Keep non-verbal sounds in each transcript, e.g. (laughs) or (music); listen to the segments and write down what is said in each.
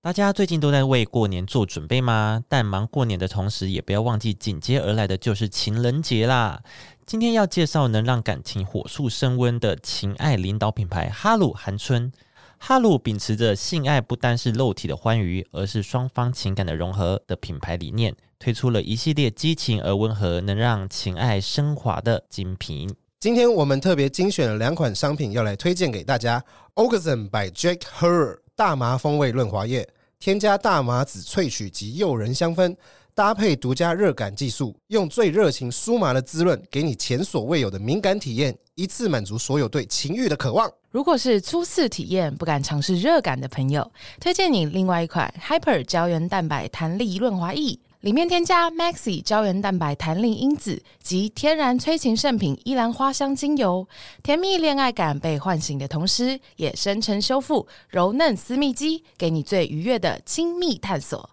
大家最近都在为过年做准备吗？但忙过年的同时，也不要忘记紧接而来的就是情人节啦。今天要介绍能让感情火速升温的情爱领导品牌哈鲁韩春。哈鲁秉持着性爱不单是肉体的欢愉，而是双方情感的融合的品牌理念，推出了一系列激情而温和、能让情爱升华的精品。今天我们特别精选了两款商品要来推荐给大家 o g a s m by Jack Her 大麻风味润滑液，添加大麻籽萃取及诱人香氛，搭配独家热感技术，用最热情酥麻的滋润，给你前所未有的敏感体验，一次满足所有对情欲的渴望。如果是初次体验不敢尝试热感的朋友，推荐你另外一款 Hyper 胶原蛋白弹力润滑液，里面添加 Maxi 胶原蛋白弹力因子及天然催情圣品依兰花香精油，甜蜜恋爱感被唤醒的同时，也深层修复柔嫩私密肌，给你最愉悦的亲密探索。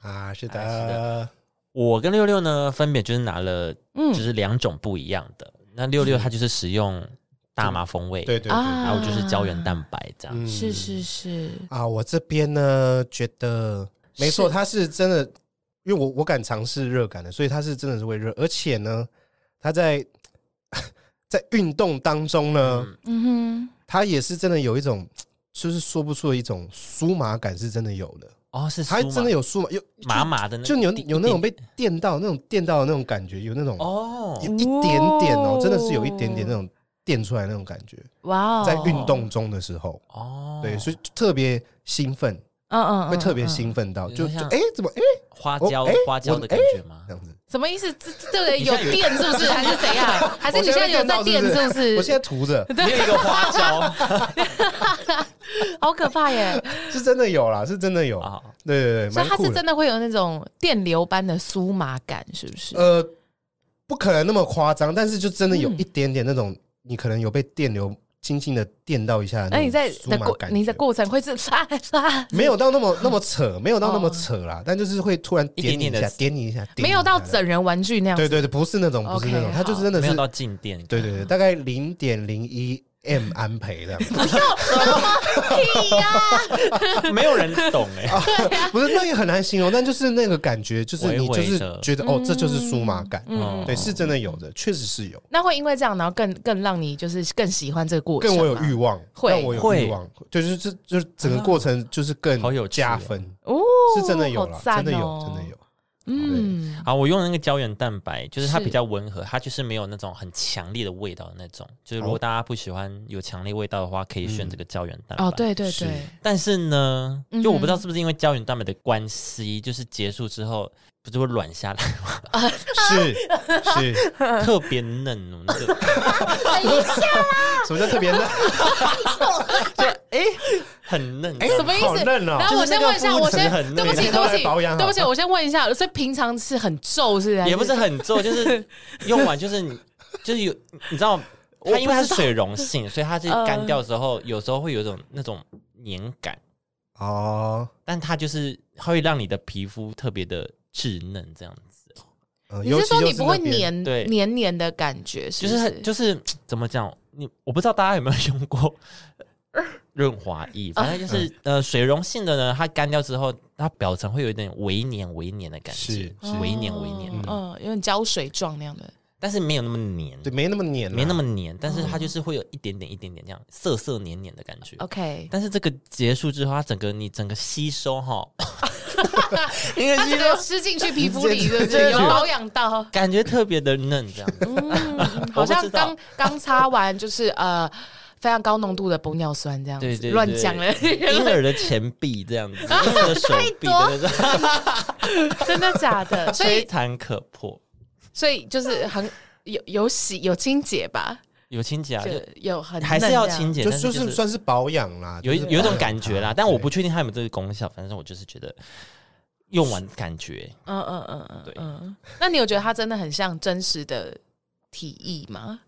啊，是的我跟六六呢，分别就是拿了嗯就是两种不一样的。那六六它就是使用大麻风味，对对对，啊然后就是胶原蛋白这样。嗯是是是， (laughs) 啊，我这边呢觉得没错，是它是真的，因为我我敢尝试热感的，所以它是真的是会热，而且呢，它在 (laughs) 在运动当中呢，嗯嗯它也是真的有一种，就是说不出的一种酥麻感，是真的有的。哦，是它酥真的有酥麻，有麻麻的那，就就有一有那种一点被电到那种电到的那种感觉，有那种哦有一点点哦哦，真的是有一点点那种电出来那种感觉，哼，哇哦，在运，动中的时候，哦，对，所以就特别兴奋，嗯嗯，嗯会特别嗯兴奋到，嗯就有就点像哎怎么哎花哦椒哎花椒我的感觉吗这？样子，什么意思？这这这个你有现在有电是不是？还是怎 (laughs) 样？还是你现在有在电是不是？我现在涂着，没有一个花 (laughs) 椒好可怕耶！是真的有啦，是真的有，啊，对对对，所蛮以它酷是的真，的会有那种电流般的酥麻感，是不是？呃，不可能那么夸张，但是就真的有嗯一点点那种，你可能有被电流轻轻的电到一下，那哎你在酥的麻过感觉，嗯你的过程会是啊刷刷，没有到那么那么扯，没有到那么扯啦，但就是会突然一点点你一点下的，点你一下，点你一下哦没有到，整人玩具那样对子。对对，不是那种，不是那种， OK，嗯它就真的没是有，到静电。对对对，大概零点零一 m 安培这样，屁呀！对，没有人 (laughs) 懂哎。不是那也很难形容，但就是那个感觉，就是你就微微是的觉得哦，这就是酥麻感，嗯对，是真的有的，确实是有。那会因为这样，然后更更让你就是更喜欢这个过程更吗，我啊有欲望，会让我有欲望，就是这就是整个过程就是更好有趣哦加分，哦，是真的有好了，赞真的有，哦真的有。嗯，好，我用那个胶原蛋白，就是它是比较温和，它就是没有那种很强烈的味道的那种。就是如果哦嗯大家不喜欢有强烈味道的话，可以选这个胶原蛋白。哦，。对对是对，但是呢，嗯哼就我不知道是不是因为胶原蛋白的关系，就是结束之后不是会软下来， (laughs) 是是，特别嫩哦，那个哎 (laughs) 什么叫特别嫩？很嫩。 (laughs) 哎 (laughs) 什么意思好嫩哦然！后我先问一下，就是那个肤我先质很啊对不那起，个对不都 (laughs) 起，在保养好对不起，我先问一下，所以平常是很皱是还也不是很皱，就是用完就是你就是有你知道，它因为它是水溶性，所以它是干掉之后，有时候会有一种那种黏感，哦，但它就是它会让你的皮肤特别的稚嫩，这样子，呃 (laughs) 你尤是其说又你不会那边黏对黏黏的感觉，是就不是是很就是怎么讲，你我不知道大家有没有用过润滑液，反正就是呃水溶性的呢，它干掉之后，它表层会有一点微黏微黏的感是觉，是微黏微黏的，嗯，有点胶水状那样的。但是没有那么黏，对，啊嗯没那么黏啦，没那么黏，但是它就是会有一点点一点点这样涩涩黏黏的感觉。 OK，但是这个结束之后，它整个你整个吸收哈， (laughs) 因为它吸这收个吃进去皮肤里， (laughs) 直接对不吃进对？去有保养 (laughs) 到，感觉特别的嫩，这样 (laughs) 子。嗯，好像刚刚擦完，就是呃非常高浓度的玻尿酸这样对子，对，乱讲了 (laughs) 对，婴儿的前臂这样子，婴儿的 (laughs) 手臂的那种，真的 (laughs) 假的？所非以弹可破。所以就是很有有洗有清洁吧，有清洁啊，就就有很还是嫩要这样清洁，就但就是是算是保养啦，有一就是有一保种养感觉啦它，但我对不确定它有没有这个功效，反正我就是觉得用完感觉嗯嗯嗯嗯，对嗯。那你有觉得它真的很像真实的体液吗？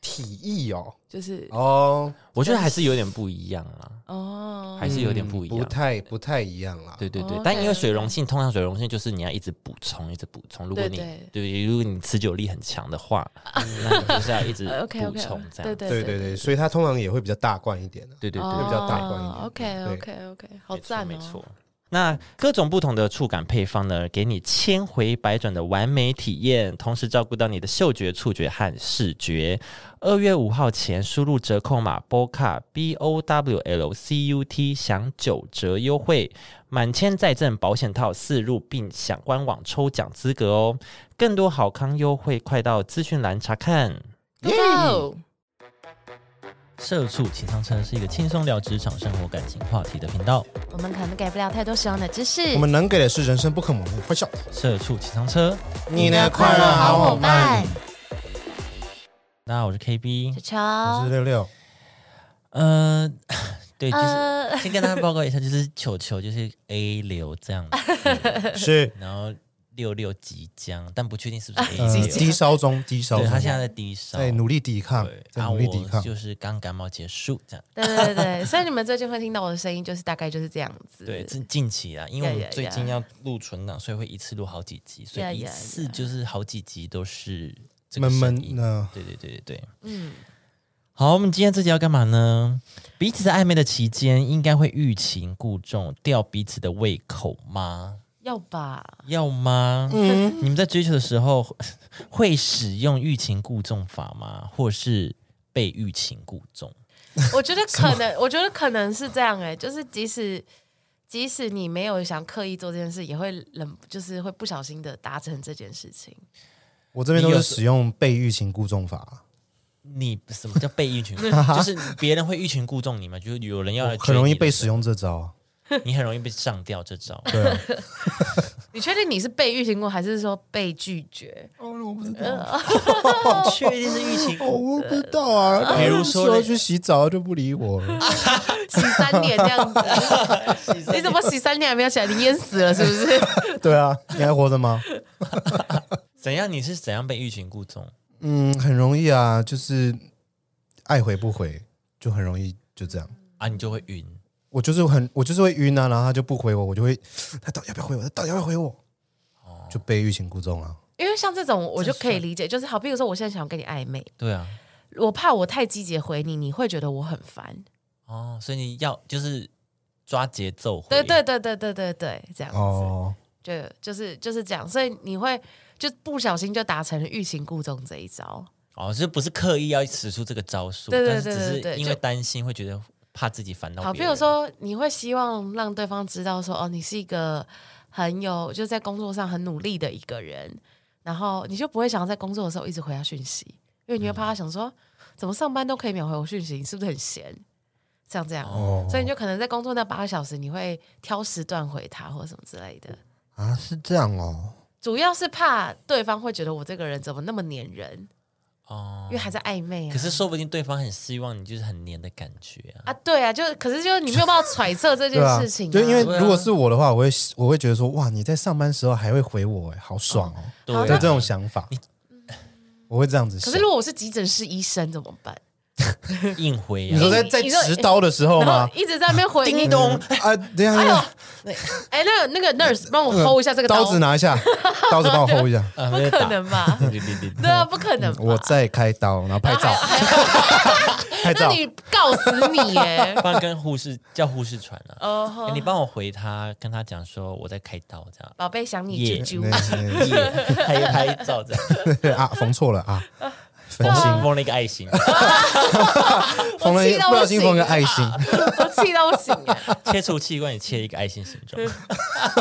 体液哦，就是哦，我觉得还是有点不一样啦。哦，还是有点嗯不一不样太不太一样啦。对对对，哦但因为 OK，OK 水溶性，通常水溶性就是你要一直补充，一直补充。如果你对对，如果你持久力很强的 (laughs) 话，那你就是要一直呃 OK 补 OK，充这对样。对哦对对对，所以它通常也会比较大罐一点啊对对对会比较大罐一点哦、OK 对 OK OK，好没错赞哦！没错。那各种不同的触感配方呢，给你千回百转的完美体验，同时照顾到你的嗅觉、触觉和视觉。二月五号前输入折扣码 BOWLCUT B O W L C U T 享九折优惠，满千再赠保险套四入，并享官网抽奖资格哦。更多好康优惠，快到资讯栏查看。 Go Go！社畜情商车是一个轻松聊职场、生活、感情话题的频道。我们可能给不了太多实用的知识，我们能给的是人生不可磨灭的欢笑，社畜情商车，你的快乐好伙伴。大家好，我是 KB 球。球，我是六 (laughs) 六，呃， (laughs) 对，就是、呃，先跟大家报告一下，就是球球就是 A 流这样子，是然后六六即将，但不确定是不啊是 A 呃流。低烧中，低烧对中，他现在在低烧，在啊努力抵抗对，，在然后努力抵我抗。就是刚感冒结束这样。对对对对，所以你们最近会听到我的声音，就是大概就是这样子。对，近近期啊，因为我 Yeah, 们 yeah, 最近要录存档，所以会一次录好几集，所 Yeah, 以一 yeah, 次 yeah. 就是好几集都是这个闷呃声音啊闷呢，对对对对对。嗯，好，我们今天这集要干嘛呢？彼此在暧昧的期间，应该会欲擒故纵，吊彼此的胃口吗？要吧？要吗？嗯，你们在追求的时候 (laughs) 会使用欲擒故纵法吗？或是被欲擒故纵？ (laughs) 我觉得可能，我觉得可能是这样哎、就是即使即使你没有想刻意做这件事，也会冷，就是会不小心的达成这件事情。我这边都你有是时使用被欲擒故纵法，你什么叫被欲擒故？ (laughs) 就是别人会欲擒故纵你嘛？就是有人要来哦很容易被使使，用这招。你很容易被上吊这招。对啊，你确定你是被欲擒故，还是说被拒绝？我不知道，你哦确定是欲 (laughs) 擒？哦我不知道啊。比如说要去洗澡就不理我了，洗三年这样子， (laughs) 你怎么洗三年还没有起来？你淹死了是不 (laughs) 是？对啊，你还活着 (laughs) 吗？怎样？你是怎样被欲擒故纵？嗯，很容易啊，就是爱回不回，就很容易就这样。啊，你就会晕。我就是很，我就是会晕啊，然后他就不回我，我就会，他到底要不要回我？他到底要不要回我？哦就被欲擒故纵啊。因为像这种我就可以理解，就是好，比如说我现在想跟你暧昧，对啊，我怕我太积极回你，你会觉得我很烦。哦，所以你要就是抓节奏回。对对对对对对对，这样子。哦，就就是就是这样，所以你会就不小心就达成了欲擒故纵这一招。哦，这不是刻意要使出这个招数，对对但是对对只对是因为就担心，会觉得怕自己烦到好，别比人。如说你会希望让对方知道说，哦，你是一个很有就在工作上很努力的一个人，然后你就不会想要在工作的时候一直回他讯息，因为你会怕他嗯想说，怎么上班都可以秒回我讯息，你是不是很闲？像这样，哦所以你就可能在工作那八个小时，你会挑时段回他或者什么之类的。啊，是这样哦。主要是怕对方会觉得我这个人怎么那么黏人，哦因为，还在暧昧、啊。可是说不定对方很希望你就是很黏的感觉啊。啊，对啊，就是可是就是你没有办法揣测这 (laughs) 件对啊，事情、啊，就因为对啊如果是我的话，我会我会觉得说，哇，你在上班时候还会回我，哎，好爽哦，对好有那这种想法，我会这样子可想是。如果我是急诊室医生怎么办？硬回你啊说，在在你说持刀的时候然吗后？一直在那边回你，啊咚啊，等一下，哎等一呦下，哎，那个那个 nurse 帮我 hold 一下这个刀子拿一下，刀子帮我 hold 一下，嗯啊不可。能吧？没有打 (laughs) 对对对对对啊，不可能吧。我在开刀，然后拍照，拍那照，你告死你耶！ (laughs) 不然跟护士叫护士传啊。哦哎吼你，帮我回他，跟他讲说我在开刀这样，宝贝想你耶啾对啾，对 (laughs) 拍拍照这样，对对啊，缝错了啊，分缝心，心缝了一个爱心，缝了一气个到不不小心缝行个啊爱心， (laughs) 我气到不行耶！切除器官也切一个爱心形状。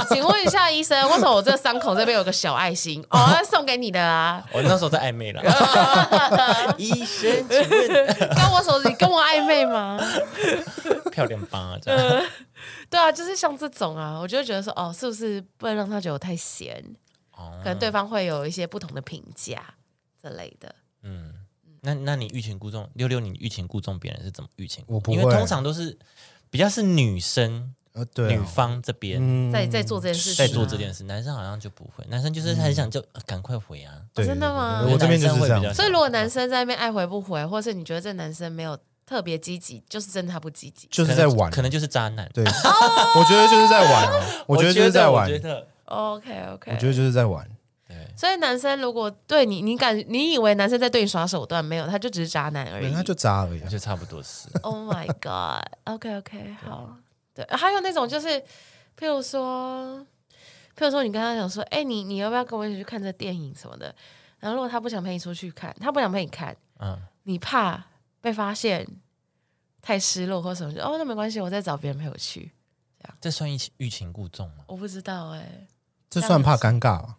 请问一下医生，为什么我这个伤口这边有个小爱心？哦，那送给你的啊，我那时候在暧昧 (laughs) 了，医生，请问跟我手指跟我暧昧吗？漂亮吧？这样对啊，就是像这种啊，我就会觉得说，哦，是不是不能让他觉得我太闲？哦可能对方会有一些不同的评价之类的。嗯，那那你欲擒故纵，六六，你欲擒故纵别人是怎么欲擒故纵？我不因为会通常都是比较是女生、呃，对女啊，方这边、嗯在在做这件事情啊在做这件事，男生好像就不会，男生就是很嗯想就、呃赶快回啊。对，真的吗对对对我这边就是男这生会比较少样，所以如果男生在那边爱回不回，或是你觉得这男生没有特别积极，就是真的他不积极。就是可在能玩，可能就是渣男。对，我觉得就是在玩啊，我觉得就是在玩我，觉得 OK OK，我觉得就是在玩，对，所以男生如果对你，你感你以为男生在对你耍手段，没有，他就只是渣男而哎对已。他就渣而已我啊觉，得 (laughs) 差不多是。啊 Oh my God，OK OK，好。对，还有那种就是譬如说，譬如说你跟他讲说，哎、你你要不要跟我一起去看这电影什么的？然后如果他不想陪你出去看，他不想陪你看，嗯，你怕被发现太失落或什么，就哦，那没关系，我再找别人陪我去。这算欲欲擒故纵吗？我不知道哎、这算怕尴尬啊 (laughs) 吧？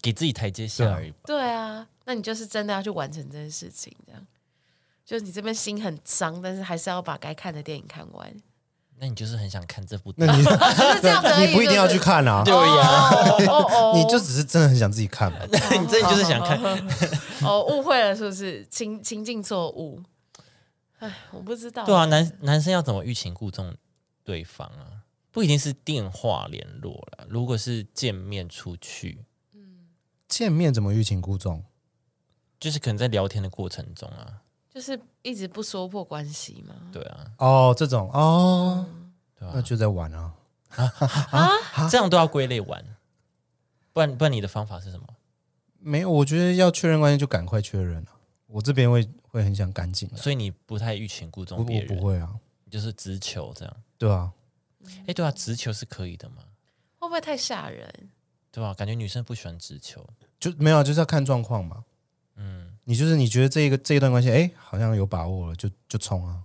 给自己台阶对下啊而已吧。对啊，那你就是真的要去完成这件事情，这样。就是你这边心很脏，但是还是要把该看的电影看 (laughs) 完，那你就是很想看这部那电 (laughs) 影，你就是这样子而已。你不一定要去看啊对，呀，就是，哦哦哦， (laughs) 你就只是真的很想自己看嘛。你真的就是想看。 (laughs) 哦，误会了是不是？情情境错误。哎，我不知道。对啊，男男生要怎么欲擒故纵对方啊？不一定是电话联络了，如果是见面出去，见面怎么欲擒故纵？就是可能在聊天的过程中啊，就是一直不说破关系嘛。对啊，哦，这种哦，对那啊，就在玩啊。这样都要归类完，不然不然你的方法是什么？没有，我觉得要确认关系就赶快确认啊。我这边会会很想赶紧的，所以你不太欲擒故啊我我纵别人，不会啊，你就是直球这样。对啊，哎、对啊，直球是可以的嘛，会不会太吓人？对吧、感觉女生不喜欢直球，就没有啊，就是要看状况嘛。嗯，你就是你觉得这一个这一段关系，哎，好像有把握了，就就冲啊，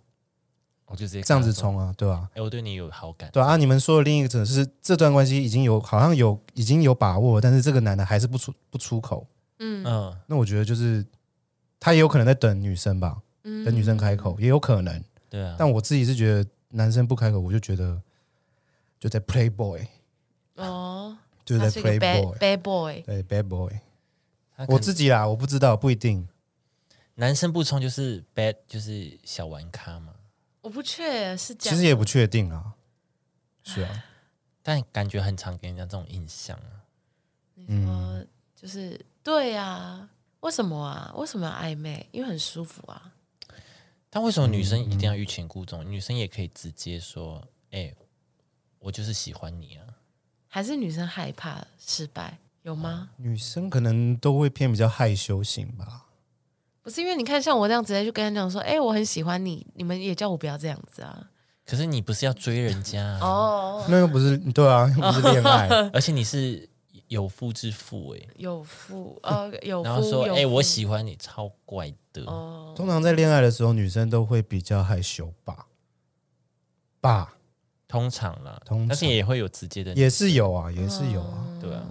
我就直接这样跟子她说。冲啊，对啊，哎、我对你有好感，对啊。啊你们说的另一个者是这段关系已经有好像有已经有把握了，但是这个男的还是不出不出口，嗯嗯，那我觉得就是他也有可能在等女生吧，嗯等女生开口也有可能。对啊，但我自己是觉得男生不开口，我就觉得就在 play boy，哦，就是他在是一个 play bad boy， bad boy。对 bad boy。他可我能自己啦，我不知道，不一定。男生不冲就是 bad，就是小玩咖嘛，我不确是其这样实也不确定啊。是啊，但感觉很常给人家这种印象啊。你嗯说就是对啊，为什么啊？为什么要暧昧？因为很舒服啊。但为什么女生一定要嗯欲擒故纵？女生也可以直接说：“哎、我就是喜欢你啊。还是女生害怕失败，有吗？女生可能都会偏比较害羞型吧。不是因为你看，像我这样直接就跟他讲说，哎、我很喜欢你，你们也叫我不要这样子啊。”可是你不是要追人家、啊哦，那又不是对啊，又不是恋爱， (laughs) 而且你是有夫之妇哎、有夫 (laughs) 呃有然后夫说：“有哎、我夫喜欢你，超怪的。哦，通常在恋爱的时候，女生都会比较害羞吧。吧，通常啦，通常但是也会有直接的，也是有嗯啊，也是有啊。对啊。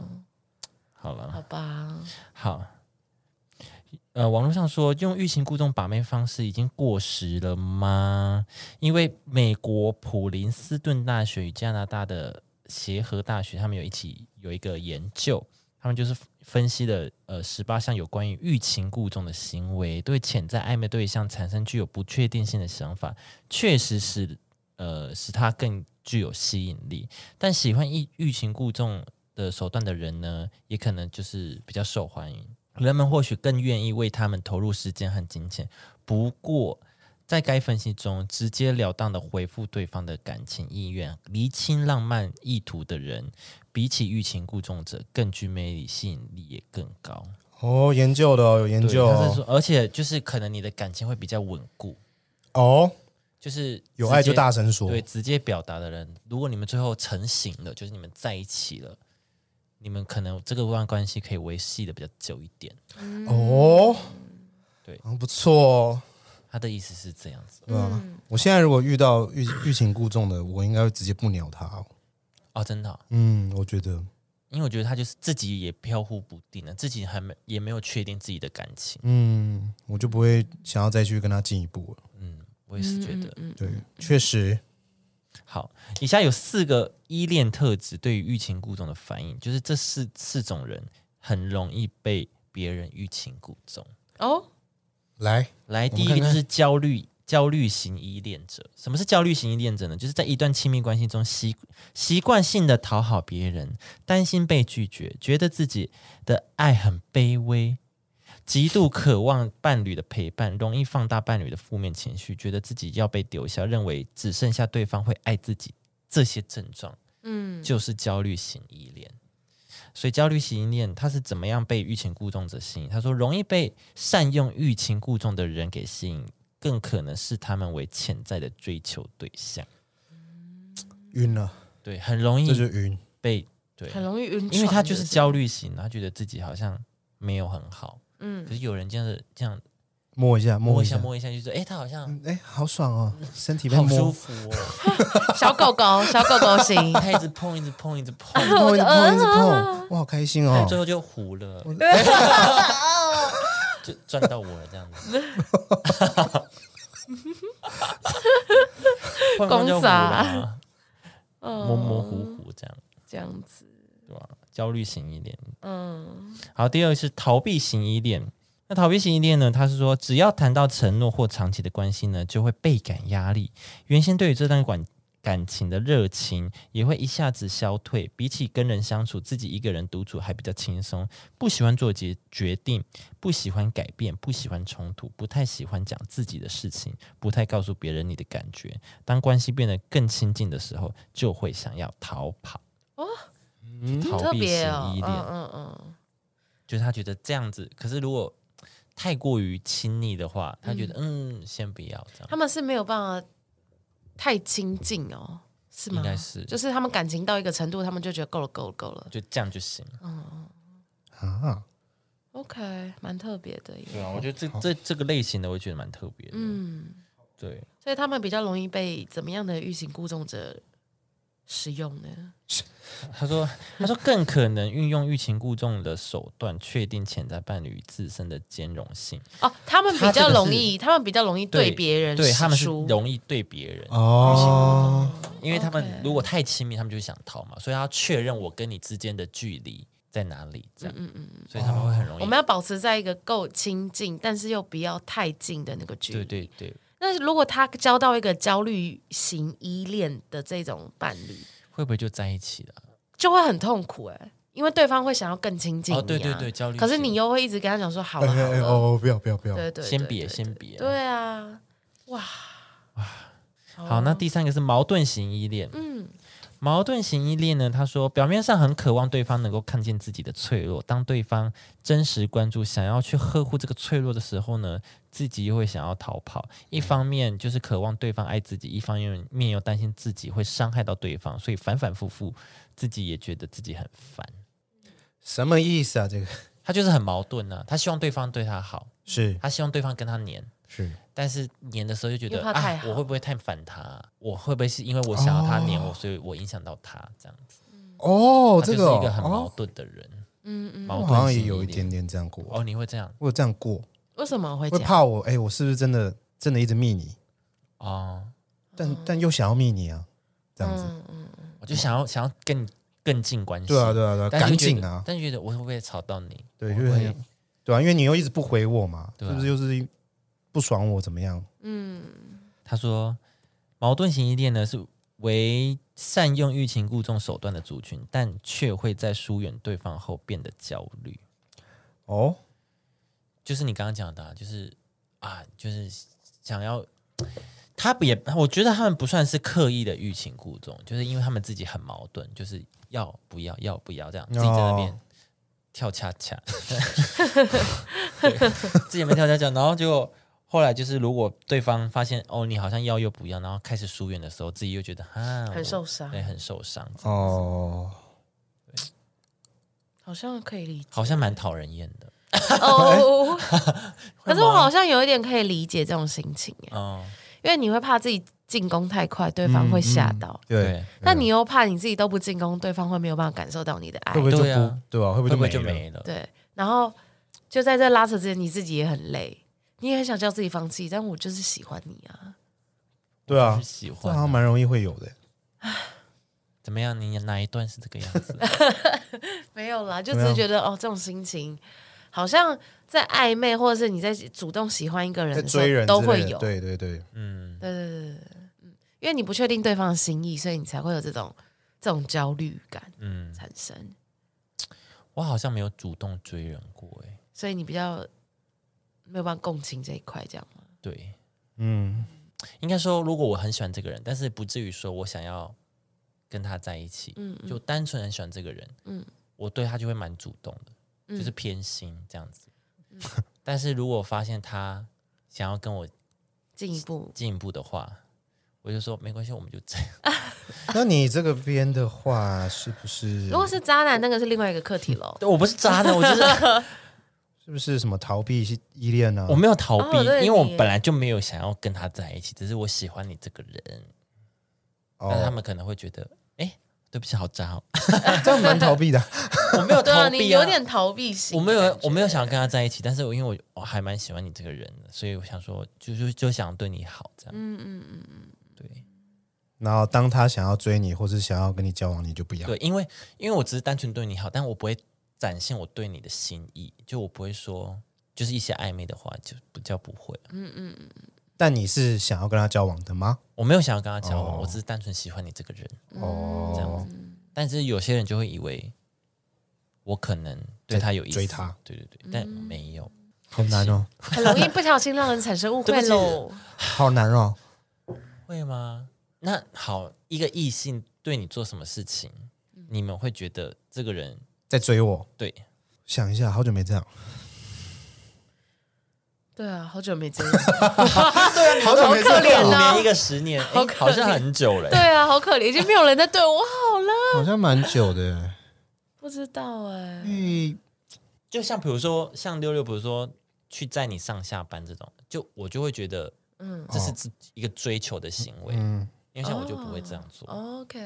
好了，好吧，好，呃，网络上说用欲擒故纵把妹方式已经过时了吗？因为美国普林斯顿大学与加拿大的协和大学，他们有一起有一个研究，他们就是分析了呃十八项有关于欲擒故纵的行为，对潜在暧昧对象产生具有不确定性的想法，确实使呃使他更具有吸引力。但喜欢欲欲擒故纵的手段的人呢，也可能就是比较受欢迎。人们或许更愿意为他们投入时间和金钱。不过，在该分析中，直截了当的回复对方的感情意愿，厘清浪漫意图的人，比起欲擒故纵者更具魅力，吸引力也更高。哦，研究的哦，有研对究他是哦说，而且就是可能你的感情会比较稳固，哦，就是有爱直接就大声说。对，直接表达的人，如果你们最后成型了，就是你们在一起了，你们可能这个段关系可以维系的比较久一点。哦，对嗯，不错哦。他的意思是这样子嗯，我现在如果遇到欲欲擒故纵的，我应该会直接不鸟他哦。哦，真的哦、嗯，我觉得，因为我觉得他就是自己也飘忽不定了，自己还没也没有确定自己的感情。嗯，我就不会想要再去跟他进一步了。嗯，我也是觉得。嗯，对，确实，好，以下有四个依恋特质对于欲擒故纵的反应，就是这四四种人很容易被别人欲擒故纵。哦，来，来，我第们一个看就看是焦虑焦虑型依恋者。什么是焦虑型依恋者呢？就是在一段亲密关系中习习惯性的讨好别人，担心被拒绝，觉得自己的爱很卑微，极度渴望伴侣的陪伴，容易放大伴侣的负面情绪，觉得自己要被丢下，认为只剩下对方会爱自己。这些症状嗯，就是焦虑型依恋。所以焦虑型依恋，它是怎么样被欲擒故纵者吸引？他说，容易被善用欲擒故纵的人给吸引，更可能视他们为潜在的追求对象。晕了。对，很容这就易晕。被对，很容易晕船的时候，因为他就是焦虑型，他觉得自己好像没有很好。嗯可，是有人这样子这样摸一下，摸摸一下摸，摸一下，就说哎、诶他好像嗯哎、好爽哦，身体被好舒摸，服哦，小 (laughs) 狗狗，小狗狗型，他一直碰一直碰一直 (laughs) 碰，碰一直碰，一直碰，我好开心哦但。最后就糊了，就赚到我了这样子。 (laughs) 碰碰就糊了啊模模模糊糊这样，嗯这样子，对吧？焦虑型依恋。嗯好，第二个是逃避型依恋。那逃避型依恋呢？他是说，只要谈到承诺或长期的关系呢，就会倍感压力。原先对于这段感感情的热情也会一下子消退。比起跟人相处，自己一个人独处还比较轻松。不喜欢做决决定，不喜欢改变，不喜欢冲突，不太喜欢讲自己的事情，不太告诉别人你的感觉。当关系变得更亲近的时候，就会想要逃跑。嗯逃哦特避别型哦，依嗯恋。嗯嗯，就是他觉得这样子，可是如果太过于亲密的话，他觉得嗯先不要这他样，们是没有办法太亲近哦，是吗？应该是就就是他们感情到一个程度，他们就觉得够了，够了，够了。就这样就行。嗯啊， OK，蛮特别的耶。对啊，我觉得这这这个类型的，我觉得蛮特别的。嗯，嗯，对，所以他们比较容易被怎么样的欲擒故纵者使用呢？他说他说更可能运用欲擒故纵的手段，确定潜在伴侣与自身的兼容性。哦，他们比他这较个容是易，他们比较容易对对别人对使他们是出容易对别人，哦，因为他们 OK 如果太亲密，他们就想逃嘛，所以他要确认我跟你之间的距离在哪里，这样，嗯嗯所以他们会很容易。我们要保持在一个够亲近，但是又不要太近的那个距离。对对对，那如果他交到一个焦虑型依恋的这种伴侣，会不会就在一起了？就会很痛苦哎、因为对方会想要更亲近你、啊哦，对对对，，焦虑型。可是你又会一直跟他讲说好哎了好哎哎了，哦，不要不要不要，对对，先对别对先别。对啊，哇哇，好，那第三个是矛盾型依恋。嗯矛盾型依恋呢，他说表面上很渴望对方能够看见自己的脆弱，当对方真实关注、想要去呵护这个脆弱的时候呢，自己又会想要逃跑。一方面就是渴望对方爱自己，一方面又担心自己会伤害到对方，所以反反复复，自己也觉得自己很烦。什么意思啊？这个他就是很矛盾呢、啊，他希望对方对他好，是他希望对方跟他黏，是但是黏的时候就觉又得怕太啊，好我会不会太烦他？我会不会是因为我想要他黏我，哦所以我影响到他这样子？哦，这他就是一个哦很矛哦，盾的人，嗯嗯，矛我盾好像型也有依一恋点点这样过，哦，你会这样我有这样过，为什么会这会样？怕我哎，我是不是真的真的一直密你，哦，但但又想要密你啊，这样子，嗯嗯，我就想要想要更更近关系，哦对啊对啊对啊，但是赶就觉得紧啊，但是觉得我会不会吵到你？对，我就会是不很会对啊，因为你又一直不回我嘛，对啊是不是就是不爽我怎么样？嗯他说，矛盾型依恋呢是为善用欲擒故纵手段的族群，但却会在疏远对方后变得焦虑。哦，就是你刚刚讲的、啊，就是啊，就是想要他不也，我觉得他们不算是刻意的欲擒故纵，就是因为他们自己很矛盾，就是要不要要不要这样，自己在那边哦跳恰恰， (laughs) 对自己没跳恰恰，然后就后来就是如果对方发现哦你好像要又不要，然后开始疏远的时候，自己又觉得啊很受伤我，对，很受伤，哦，好像可以理 (laughs) 解好像蛮讨人厌的。哦。可是我会吗好像有一点可以理解这种心情耶，哦，因为你会怕自己进攻太快，对方会吓到。嗯对对，，但你又怕你自己都不进攻，对方会没有办法感受到你的爱会不，会就对啊不对啊？会不会不会会就没了？没了？对。然后就在这拉扯之间，你自己也很累，你也很想叫自己放弃，但我就是喜欢你啊。 (laughs) 对啊就是，喜这欢好啊像蛮容易会有的。怎么样？你哪一段是这个样 (laughs) 子？没有啦，就怎么只样是觉得哦，这种心情好像在暧昧，或者是你在主动喜欢一个人在的时候追人都之类会的有。对对对，嗯，对对对对对，嗯，因为你不确定对方的心意，所以你才会有这种这种焦虑感嗯，产生，我好像没有主动追人过、欸，所以你比较没有办法共情这一块，这样吗？对，嗯，应该说，如果我很喜欢这个人，但是不至于说我想要跟他在一起，嗯，嗯就单纯很喜欢这个人，嗯我对他就会蛮主动的，嗯就是偏心这样子。但是如果发现他想要跟我进一步进一步的话，我就说没关系，我们就这样，那你这个边的话，是不是？如果是渣男，那个是另外一个课题 (laughs) 喽。 (laughs) 我不是渣男，我就是是不是什么逃避依恋啊呢 (laughs) 我？没有逃避，哦对因为我你本来就没有想要跟他在一起，只是我喜欢你这个人。但他 (laughs) 哦，哎们可能会觉得，哎，对不起，好渣哦，这样蛮逃避的。 (laughs) 我没有对啊，逃你避有点逃避型。我没有，啊我没有想要跟他在一起，但是我因为我我还蛮喜欢你这个人的，所以我想说，就就就想对你好这样。嗯嗯嗯嗯，对然后当他想要追你，或是想要跟你交往，你就不要。对，因为因为我只是单纯对你好，但我不会展现我对你的心意，就我不会说就是一些暧昧的话，就不叫不会。啊嗯但你是想要跟他交往的吗？我没有想要跟他交往，哦我只是单纯喜欢你这个人。嗯这样哦，但是有些人就会以为我可能对他有意思，追他，对对嗯对，但没有。好难哦，很容易不小心让人产生 (laughs) 误会喽。好难哦。会吗？那好，一个异性对你做什么事情，你们会觉得这个人在追我，对想一下，好久没这样，对啊，好久没这样。啊好久没这好可怜样，哦五年一个十年，好哎可怜好像很久了 (laughs) 对。啊，好可怜，已经没有人在对我好了。好像蛮久的。不知道哎、嗯，就像比如说，像六六，比如说去载你上下班这种，就我就会觉得嗯这是自一个追求的行为，嗯，因为像我就不会这样哦做， ，OK，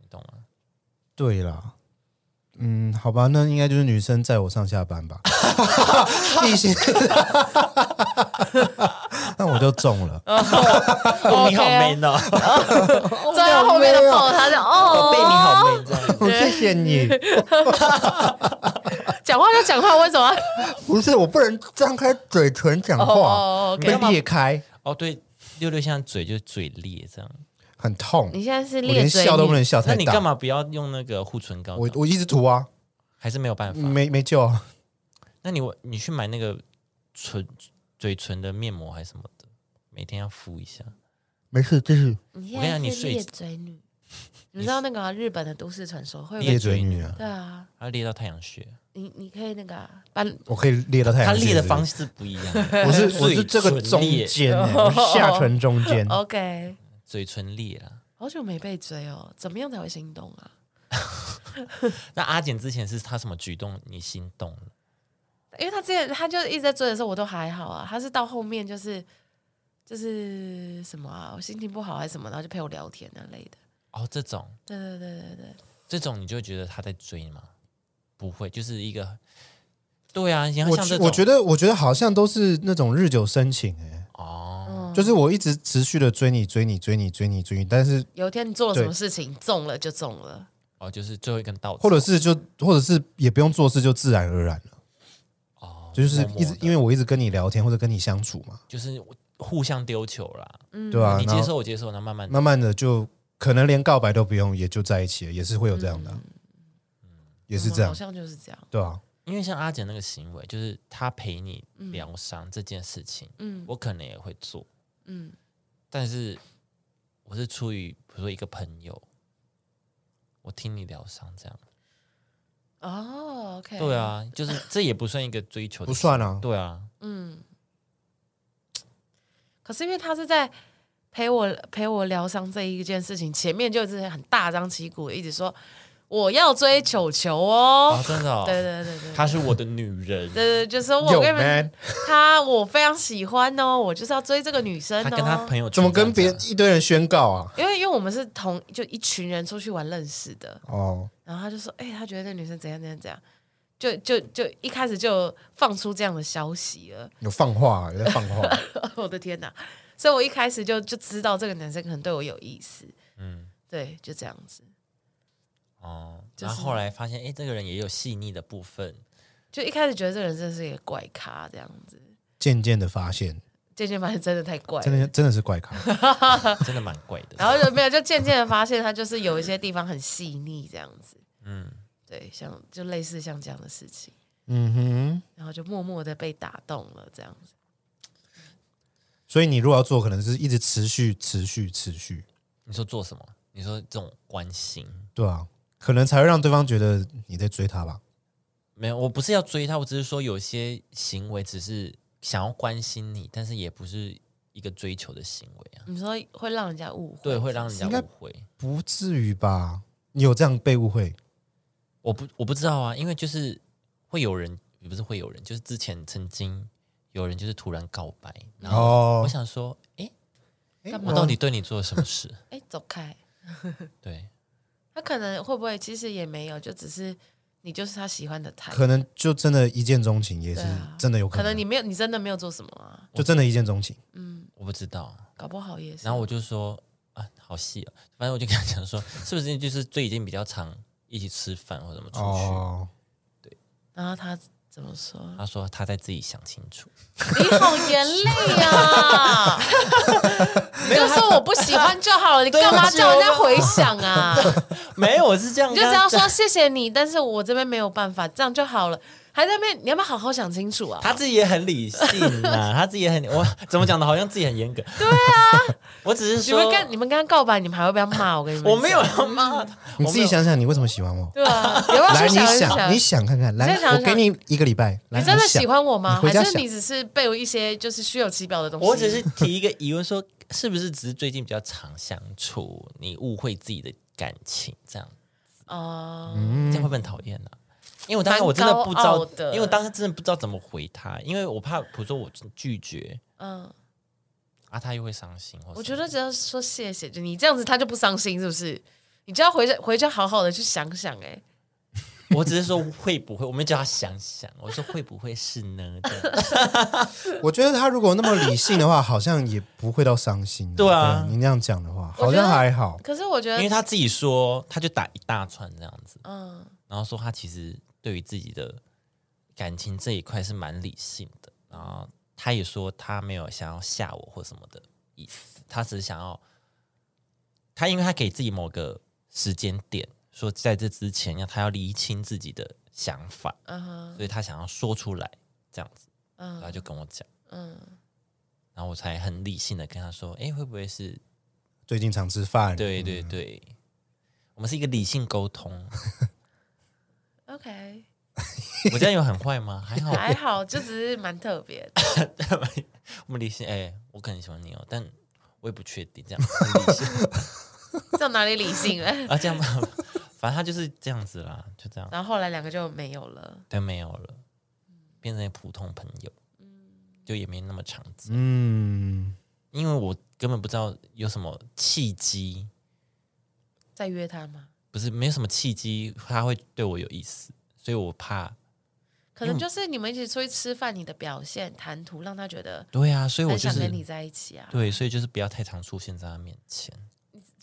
你懂吗？对啦。嗯，好吧，那应该就是女生载我上下班吧。异性， (laughs) 那我就中了。哦，你好 man 哦，啊坐在后面的抱他 (laughs) 讲哦被你哦，好 man 这样。谢谢你，讲话就讲话，为什么？不是我不能张开嘴唇讲哦哦，OK 被裂开哦，对，六六现在嘴就嘴裂这样，很痛，你现在是我咧连嘴笑都不能笑那太你干大。嘛不要用那个护唇膏？我我一直涂啊，还是没有办法。没没救啊。那你你去买那个唇嘴唇的面膜还是什么的，每天要敷一下。没事，继续。你我跟你讲现在你是睡咧嘴女，你知道那个啊、日本的都市传说会有裂裂嘴嘴女女啊，对啊，它裂到太阳穴，你你可以那个啊把。我可以裂到太阳。它裂的方，式不一样。我是我嘴是这个唇中裂间欸，我是下唇中间 OK，嘴唇裂了。好久没被追哦，怎么样才会心动啊？那阿简之前是他什么举动你心动了？因为他之前他就一直在追的时候，我都还好啊。他是到后面就是就是什么啊，我心情不好还是什么，然后就陪我聊天那类的。哦，这种对对对对对，这种你就会觉得他在追吗？不会，就是一个对啊，你要我像这种，我觉得，我觉得好像都是那种日久生情、欸，哦，嗯，就是我一直持续的追你，追你，追你，追你，追你，但是有一天你做了什么事情中了就中了，哦，就是最后一根稻草，或者是就或者是也不用做事，就自然而然了，哦，就是默默一直地因为我一直跟你聊天或者跟你相处嘛，就是互相丢球啦，嗯，对吧、你啊然接后受我接受，然后慢慢慢慢的就可能连告白都不用，也就在一起了，也是会有这样的嗯啊、也也是这嗯好样，像就是这样。对啊，因为像阿简那个行为，就是他陪你疗伤这件事情，嗯我可能也会做，嗯，但是我是出于比如说一个朋友，我听你疗伤这样。哦，OK，对，啊，就是这也不算一个追求的不行为，算啊，对啊，嗯。可是因为他是在陪我陪我疗伤这一件事情，前面就是很大张旗鼓地一直说我要追球球啊，，哦真的、哦，对对对对，她是我的女人，对对，就是说我有跟你们 man 他，我非常喜欢哦，我就是要追这个女生她跟她哦。朋友怎么群这样跟别讲一堆人宣告啊？因为因为我们是同就一群人出去玩认识的，哦，然后他就说，哎、他觉得那女生怎样怎样怎样，就就就一开始就放出这样的消息了。有放话、啊有在放话，我的天哪！所以我一开始就就知道这个男生可能对我有意思，嗯对，就这样子，哦，就然后是后来发现，哎，这个人也有细腻的部 (laughs) 分，就一开始觉得这个人真的是一个怪咖这样子，渐渐的发 (laughs) 现，渐渐发现真的太怪了，真的真的是怪咖，真的蛮怪的。然后就没有，就渐渐的发现他就是有一些地方很细腻这样子，嗯，对，像就类似像这样的事情，嗯哼。然后就默默的被打动了这样子。所以你如果要做，可能是一直持续、持续、持续，你说做什么？你说这种关心，对啊，可能才会让对方觉得你在追他吧。没有，我不是要追她，我只是说有些行为只是想要关心你，但是也不是一个追求的行为啊，你说会让人家误会，对，会让人家应该误会。不至于吧？你有这样被误会？我不我不知道啊，因为就是会有人，也不是会有人，就是之前曾经有人就是突然告白，然后哦我，想说，诶，诶干嘛我到底对你做了什么事？哎，走开。对，他可能会不会其实也没有，就只是你就是他喜欢的菜，可能就真的一见钟情，也是对啊真的有可可能能，你没有，你真的没有做什么啊，就真的一见钟情。嗯，我不知道。搞不好也是。然后我就说啊，好细哦，反正我就跟他讲说，是不是就是最近比较常一起吃饭或什么出去？哦，然后他怎么说？他说他在自己想清楚。你好严厉 (laughs) 啊！就说我不喜欢就好了，你干嘛叫人家回想啊？没有，我是这样你跟就他，只要说谢谢你，但是我这边没有办法，这样就好了。还在那边，你要不要好好想清楚啊？他自己也很理性 (laughs) 啊，他自己也很我怎么讲的，好像自己很严格。对啊， (laughs) 我只是你说们跟你们跟他告白，你们还会被他骂？我跟你们，我没有。要骂他，我你自没己有想想，你为什么喜欢我？对啊，你要不来，要去你一想，你想看看，来再，想我一给想你一个礼拜。来你真的想喜欢我吗？你回家还是想你只是被我一些就是虚有其表的东西？我只是提一个疑问说，是不是只是最近比较常相处，你误会自己的感情，这样哦、嗯这样会不会很讨厌呢、啊因为我当时我真的不知蛮高傲道，的因为我当时真的不知道怎么回他，因为我怕，比如说我拒绝嗯，啊，他又会伤心或什么。我觉得只要说谢谢，就你这样子他就不伤心，是不是？你就要回家回家好好的去想想、哎，我只是说会不会，我没叫他想想，我说会不会是呢？ (laughs) 这样我觉得他如果那么理性的话，好像也不会到伤心。对啊你那样讲的话，我好觉得像还好。可是我觉因为得，他自己说，他就打一大串这样子，嗯，然后说他其实对于自己的感情这一块是蛮理性的，然后他也说他没有想要吓我或什么的意思，他只是想要他因为他给自己某个时间点，说在这之前要他要厘清自己的想法，嗯哼，所以他想要说出来这样子，然后他嗯就跟我讲，嗯，然后我才很理性的跟他说，哎，会不会是最近常吃饭，对对嗯，对，我们是一个理性沟通， OK，我这样有很坏吗？还 (laughs) 好吧，还好，就只是蛮特别的。 (laughs) 我们理性，哎、我可能喜欢你哦，但我也不确定这样 (laughs) 很理性这哪里理性了？ (laughs) 啊，这样吧，反正他就是这样子啦，就这样，然后后来两个就没有了。对，没有了，变成普通朋友，嗯就也没那么长久，嗯，因为我根本不知道有什么契机，再约他吗？不是没有什么契机，他会对我有意思，所以我怕，可能就是你们一起出去吃饭，你的表现、谈吐让他觉得对啊，所以我很就想跟你是在一起啊，对，所以就是不要太常出现在他面前，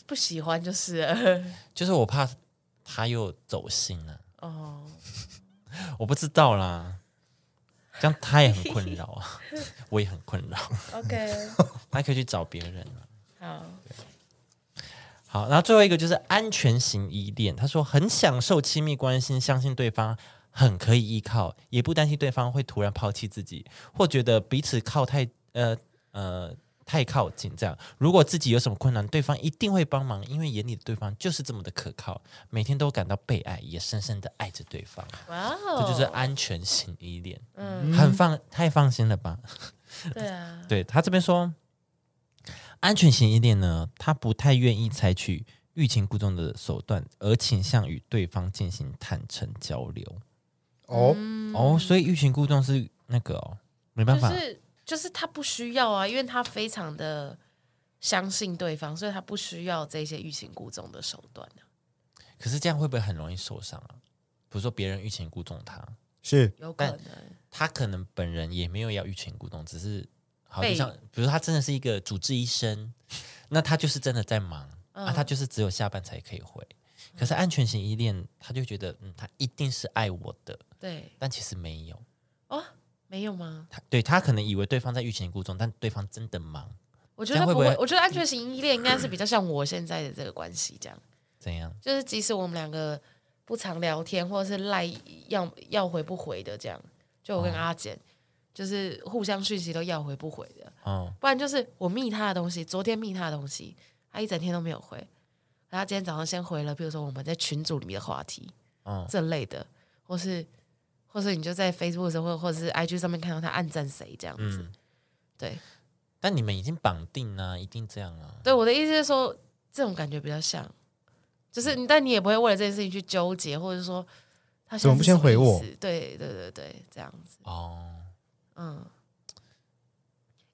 不喜欢就是了 (laughs) 就是我怕他又走心啊了、哦。我不知道啦，这样他也很困扰啊， (laughs) 我也很困扰， (laughs) OK，他可以去找别人啊。好，好，然后最后一个就是安全型依恋，他说很享受亲密关系，相信对方很可以依靠，也不担心对方会突然抛弃自己，或觉得彼此靠太呃呃太靠近这样。如果自己有什么困难，对方一定会帮忙，因为眼里的对方就是这么的可靠，每天都感到被爱，也深深的爱着对方。哇这哦，就是安全型依恋，嗯，很放太放心了吧？对啊，对他这边说，安全型依恋呢，他不太愿意采取欲擒故纵的手段，而倾向与对方进行坦诚交流。哦，嗯哦，所以欲擒故纵是那个哦，没办就法，是就是他不需要啊，因为他非常的相信对方，所以他不需要这些欲擒故纵的手段啊、可是这样会不会很容易受伤啊？比如说别人欲擒故纵他，是有可但能他可能本人也没有要欲擒故纵，只是好被就像，比如说他真的是一个主治医生，那他就是真的在忙、啊，他就是只有下班才可以回。可是安全型依恋，他就觉得嗯，他一定是爱我的，对但其实没有。哦，没有吗？他对他可能以为对方在欲擒故纵，但对方真的忙，我觉这得样会不不会，会我觉得安全型依恋应该是比较像我现在的这个关系，这样怎样？就是即使我们两个不常聊天，或者是赖要要回不回的这样，就哦我跟阿简、就是互相讯息都要回不回的，哦，不然就是我密他的东西，昨天密他的东西，他一整天都没有回，然后今天早上先回了，比如说我们在群组里面的话题，嗯这类的，或是或是你就在 Facebook 上或或者是 IG 上面看到他暗赞谁这样子，嗯对，但你们已经绑定啊，一定这样啊。对，我的意思是说，这种感觉比较像，就是嗯你，但你也不会为了这件事情去纠结，或者说他现怎在么不是什先回意我思？对对对对，这样子，哦，嗯。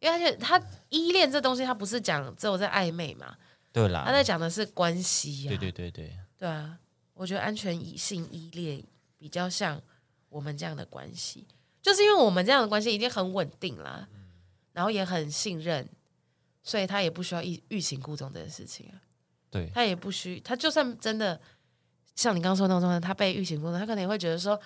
因为而且他依恋这东西，他不是讲只有在暧昧嘛，对啦，他在讲的是关系呀、啊对对对对，对啊，我觉得安全以性依恋比较像我们这样的关系，就是因为我们这样的关系已经很稳定啦，嗯然后也很信任，所以他也不需要欲欲擒故纵这件事情啊，对，他也不需他就算真的像你刚刚说的那种状态，他被欲擒故纵，他可能也会觉得说。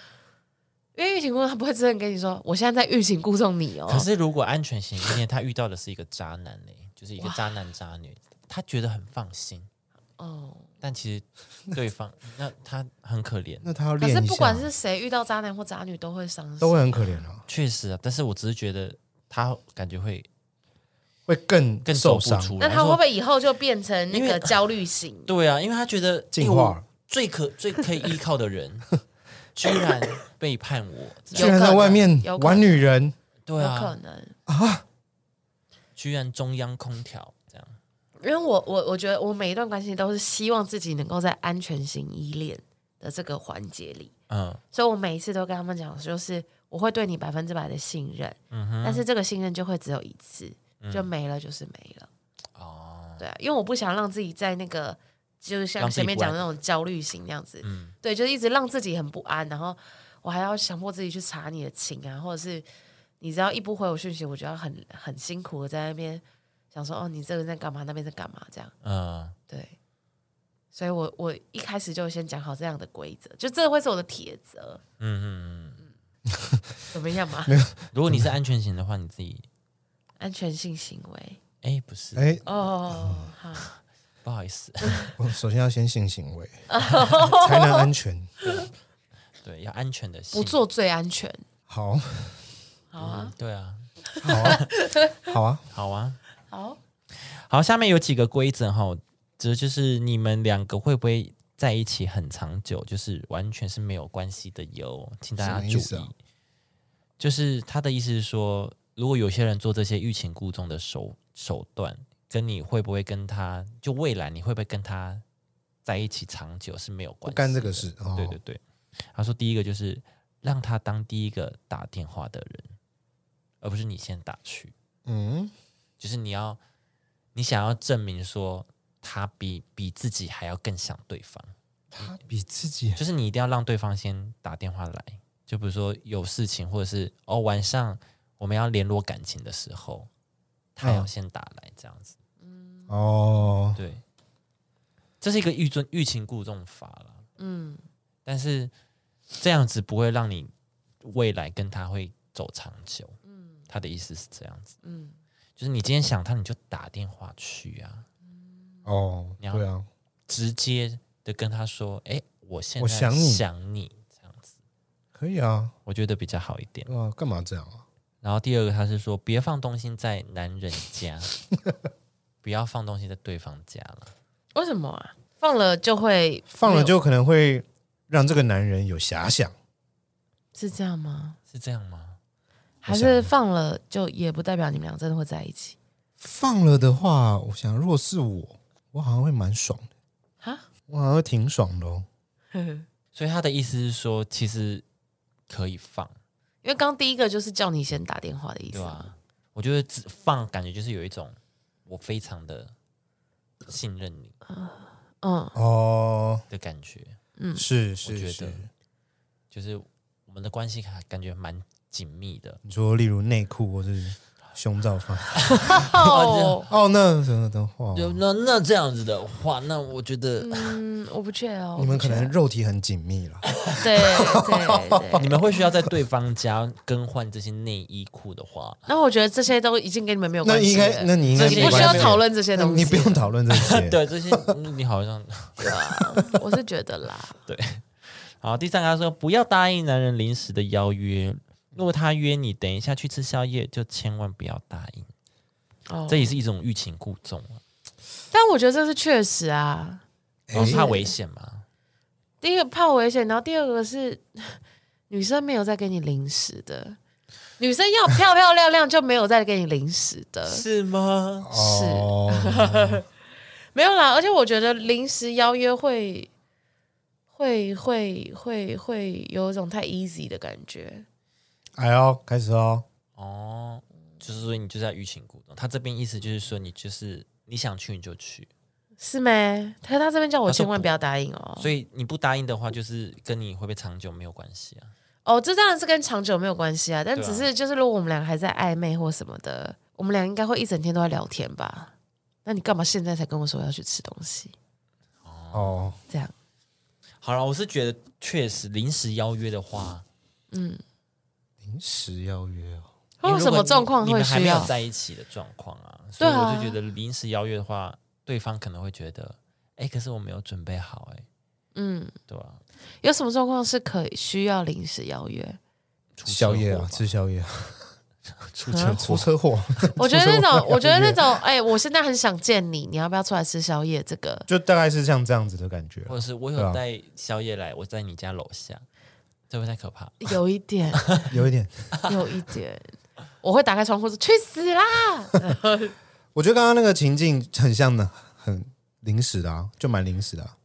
因为欲擒故纵，他不会真的跟你说，我现在在欲擒故纵你哦。可是如果安全型依恋，他遇到的是一个渣男 (laughs) 嘞、就是一个渣男渣女，他觉得很放心，哦，但其实对方那他很可怜，那他要可练一是下，不管是谁遇到渣男或渣女，都会伤心，都会很可怜啊，确实啊。但是我只是觉得他感觉会会更更走不受伤。出来。那他会不说会以后就变成那因为个焦虑型？对啊？因为他觉得进化哎我最可最可以依靠的人，居然背叛我，这样居然在外面有可能玩女人， (laughs) 对有可啊，能，居然中央空调这样。因为我我我觉得我每一段关系都是希望自己能够在安全型依恋的这个环节里，嗯所以我每一次都跟他们讲，就是我会对你百分之百的信任，嗯哼，嗯但是这个信任就会只有一次，就没了就是没了。哦，对啊，因为我不想让自己在那个。就是像让自己前面不安讲的那种焦虑型那样子，嗯对，就是一直让自己很不安，然后我还要强迫自己去查你的情啊，或者是你只要一不回我讯息，我就要很很辛苦的在那边想说，哦，你这个人在干嘛，那边在干嘛，这样嗯，对。所以我我一开始就先讲好这样的规则，就这会是我的铁则，嗯嗯怎么样嘛？嗯，如果你是安全型的话，你自己安全性行为哎不是，哎，哦，好，嗯不好意思， (laughs) 我首先要先性行 (laughs) 为，才能安全。对，要安全的性不做最安全，好，好啊，对啊，好 (laughs) 啊，好啊，好啊，好，好，下面有几个规则哈，这就是你们两个会不会在一起很长久，就是完全是没有关系的哟，请大家什么注意意。思啊就是他的意思是说，如果有些人做这些欲擒故纵的手手段，跟你会不会跟他，就未来你会不会跟他在一起长久是没有不关系。干这个事。哦对对对，他说第一个就是让他当第一个打电话的人，而不是你先打去。嗯，就是你要你想要证明说他比比自己还要更想对方，他比自己就是你一定要让对方先打电话来，就比如说有事情或者是哦晚上我们要联络感情的时候，他要嗯先打来这样子，哦，对，这是一个欲尊欲擒故纵法啦，嗯，但是这样子不会让你未来跟他会走长久，他的意思是这样子，嗯就是你今天想他，你就打电话去啊，哦，你要对啊，直接的跟他说：“哎、我现在我想你想你这样子，可以啊，我觉得比较好一点。对啊，干嘛这样啊？然后第二个，他是说别放东西在男人 (laughs) 家，不要放东西在对方家了。为什么啊？放了就会放没了有就可能会让这个男人有遐想，是这样吗？是这样吗？还是放了就也不代表你们俩真的会在一起放了的话，我想如果是我，我好像会蛮爽的， (laughs) 啊？我好像会挺爽的哦。因所以他的意思是说，其实可以放，为刚第一个就是叫你先打电话的意思对嘛，吧、啊我觉得只放感觉就是有一种我非常的信任你嗯，哦，的感觉，是我觉是是得，就是我们的关系还感觉蛮紧密的。你说例如内裤或是胸罩放，哦，哦，那什么的话，就那那这样子的话，那我觉得嗯，我不确哦， (laughs) 你们可能我不确肉体很紧密了，哦对对 (laughs) 对。你们会需要在对方家更换这些内衣裤的话，那我觉得这些都已经跟你们没有那关应系该，那了，你应该这你些不需要没关系讨论这些那东西，你不用讨论这 (laughs) 些。对这些嗯你好像论，啊我是觉得啦，好。第三个他说不要答应男人临时的邀约，如果他约你等一下去吃宵夜，就千万不要答应，哦这，也是一种欲擒故纵啊，但我觉得这是确实啊，然后怕哦危险嘛。 (laughs) 第一个怕危险，然后第二个是女生没有在给你零食的，女生要漂漂亮亮就没有再给你零食的，是吗？是哦，没有啦。而且我觉得临时邀约会会会会会有一种太 easy 的感觉。哎呦，开始哦，哦，就是说你就在欲擒故纵。他这边意思就是说，你就是你想去你就去，是没？他他这边叫我他说千万不不要答应哦。所以你不答应的话，就是跟你会不会长久没有关系啊。哦，这当然是跟长久没有关系啊，但对啊只是就是如果我们俩还在暧昧或什么的，我们俩应该会一整天都在聊天吧？那你干嘛现在才跟我说要去吃东西？哦，这样好了，我是觉得确实临时邀约的话， (laughs) 临时邀约哦，会因有为什如果么状况你会们还需没有要？在一起的状况啊，所以对我啊就觉得临时邀约的话，对方可能会觉得，哎、可是我没有准备好、哎，嗯，对吧、有什么状况是可以需要临时邀约？出车宵夜祸啊，吧吃宵啊夜，出车 (laughs) 祸，出车祸，我觉得那种，我觉得那出车祸邀约种，哎、我现在很想见你，你要不要出来吃宵夜？这个就大概是像这样子的感觉或。者是我对有啊带宵夜来，我在你家楼下，这会不会太可怕？ (laughs) 有一 (laughs) 点，有一点。有一点，我会打开窗户说去死 (laughs) 啦！我觉得刚刚那个情境很像的，很临时的啊，就蛮临时的啊、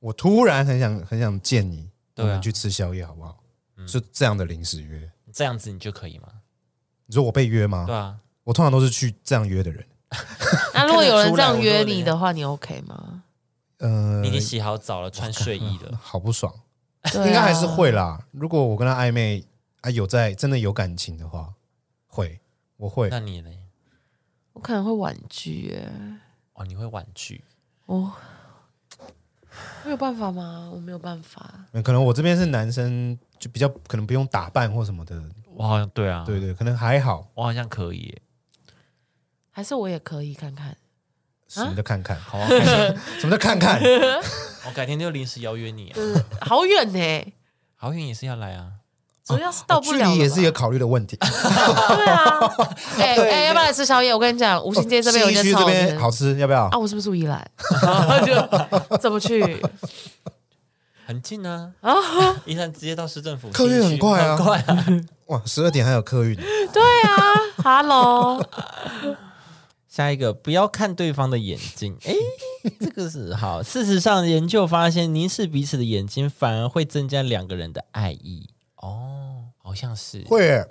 我突然很想很想见你，对啊嗯我们去吃宵夜好不好？就这样的临时约。这样子你就可以吗？你说我被约吗对？啊，我通常都是去这样约的人。那如果有人这看得出来我样都约有你点的话，你 OK 吗？ (laughs) 呃你已，经洗好澡了，穿睡衣了，好不爽，对啊应该还是会啦。如果我跟他暧昧啊，有在真的有感情的话，会，我会那。你呢？我可能会婉拒耶，哦，你会婉拒？我我有办法吗？我没有办法，嗯可能我这边是男生，就比较可能不用打扮或什么的，我好像对啊，对对，可能还好，我好像可以耶，还是我也可以看看。什么的 (laughs) 看看，好啊，改天什么的看看，我改天就临时邀约你啊，嗯，好远呢、好远也是要来啊，主要是到不距了了吧、离也是一个考虑的问题。对啊。哎、哎、要不要来吃宵夜？我跟你讲，五星街这边有一信义哦区这间超好吃边好吃，要不要？哦啊，我是不是住宜兰？ (laughs) 然后就怎么去？很近啊，宜兰直接到市政府，客运很快啊很快啊，哇，十二点还有客运，对啊，Hello， (laughs) 下一个，不要看对方的眼睛。 (laughs) 诶，这个是好。事实上，研究发现，凝视彼此的眼睛反而会增加两个人的爱意。哦，好像是，会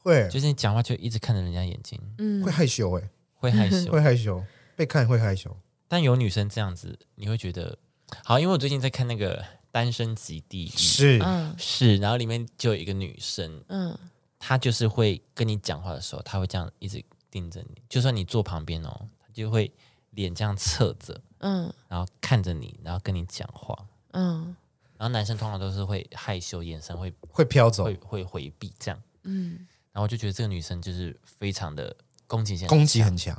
会就是你讲话就一直看着人家眼睛，嗯会，害羞哎， (laughs) 会害羞会。害羞，被看会害羞。但有女生这样子，你会觉得好，因为我最近在看那个《单身即地狱》，是嗯是，然后里面就有一个女生，嗯，她就是会跟你讲话的时候，她会这样一直盯着你，就算你坐旁边哦，她就会脸这样侧着，嗯然后看着你，然后跟你讲话。嗯然后男生通常都是会害羞，眼神会会飘走会，会回避这样。嗯，然后我就觉得这个女生就是非常的攻击性，攻击很强。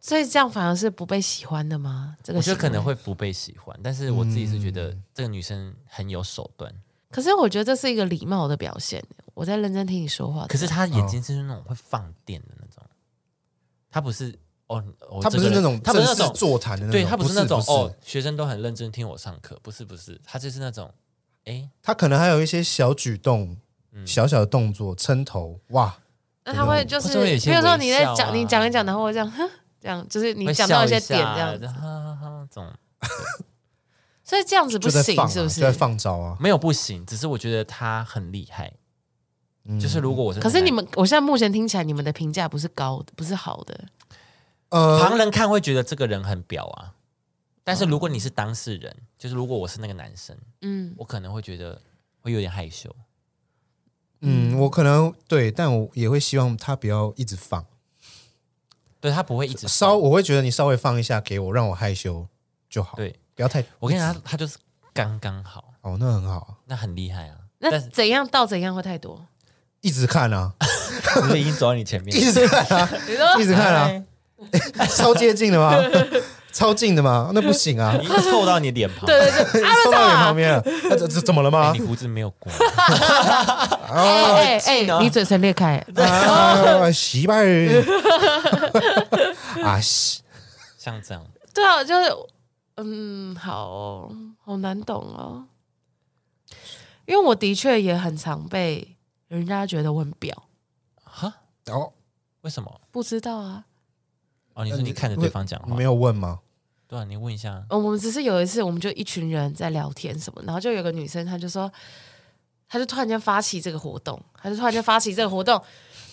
所以这样反而是不被喜欢的吗？这个我觉得行可能会为不被喜欢，但是我自己是觉嗯得这个女生很有手段，可是我觉得这是一个礼貌的表现。我在认真听你说话的，可是她眼睛是那种会放电的那种，她不是哦，哦他不是那种她不是那正式种座谈的那种，对她不不是那种不是哦，学生都很认真听我上课，不是不是，她就是那种哎，他可能还有一些小举动，嗯小小的动作，撑头，哇，那他会就我是就会有一，些比如说你在微笑啊讲你讲一讲，然后我这样，哼，这样就是你会讲到笑一些下啊点这样哈子，哈哈这种所以这样子不就在行放，啊，是不？就是在放招啊。没有不行，只是我觉得她很厉害，嗯就是如果我是可是男你们，我现在目前听起来你们的评价不是高的，不是好的，呃，旁人看会觉得这个人很婊啊，但是如果你是当事人，就是如果我是那个男生，嗯，我可能会觉得会有点害羞。嗯，我可能对，但我也会希望他不要一直放，对他不会一直稍放我会觉得你稍微放一下给我，让我害羞就好，对不要太。我跟你讲，他他就是刚刚好，哦，那很好，那很厉害 (laughs) 啊。那但是怎样到怎样会太多？一直看啊，你就已经走到你前面 (laughs) 一直看 (laughs) 啊，你 (laughs) 说哎一直看啊，超接近的吗？超近的吗？那不行 (laughs) 啊，你凑到你脸旁， (laughs) 对对 (laughs) 对，凑到你旁边了，啊这这怎么了哎 (laughs) 吗你？胡子没有刮，哦哎哎啊哎，你嘴唇裂开，啊，洗吧， (laughs) 啊洗，像这样，对啊，就是嗯，好哦、好难懂哦，因为我的确也很常被人家觉得我很婊，哦，为什么？不知道啊，哦，你说你看着对方讲你话没，有问吗？对啊，你问一下，呃我们只是有一次，我们就一群人在聊天什么，然后就有个女生，她就说，她就突然间发起这个活动，她就突然间发起这个活动，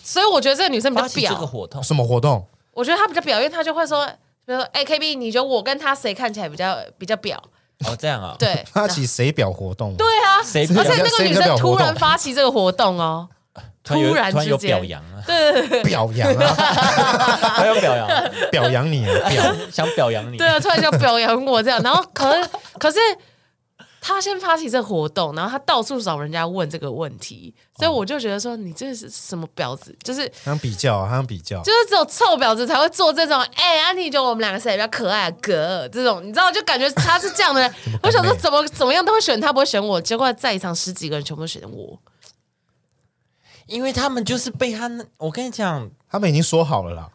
所以我觉得这个女生比发较起这个表，活动，什么活动？，我觉得她比较表，因为她就会说，比如说，哎、k b 你觉得我跟她谁看起来比较比较表？哦，这样啊，，对发起谁表活动？对啊，谁而且那个谁比女较生表突活然动发起这个活动哦，突然有突然突然有之间表扬 (laughs) 啊，表扬啊，还有表扬， (laughs) 表扬你啊，表想表扬你对，啊，突然就表扬我这样，然后可可是他先发起这个活动，然后他到处找人家问这个问题，所以我就觉得说你这是什么婊子，就是想比较啊，想比较，就是只有臭婊子才会做这种，哎、安妮觉得我们两个谁比较可爱、啊？哥这种，你知道，就感觉他是这样的 (laughs) 人。我想说怎么怎么样都会选他，不会选我，结果在场十几个人全部选我，因为他们就是被他那，我跟你讲，他们已经说好了啦。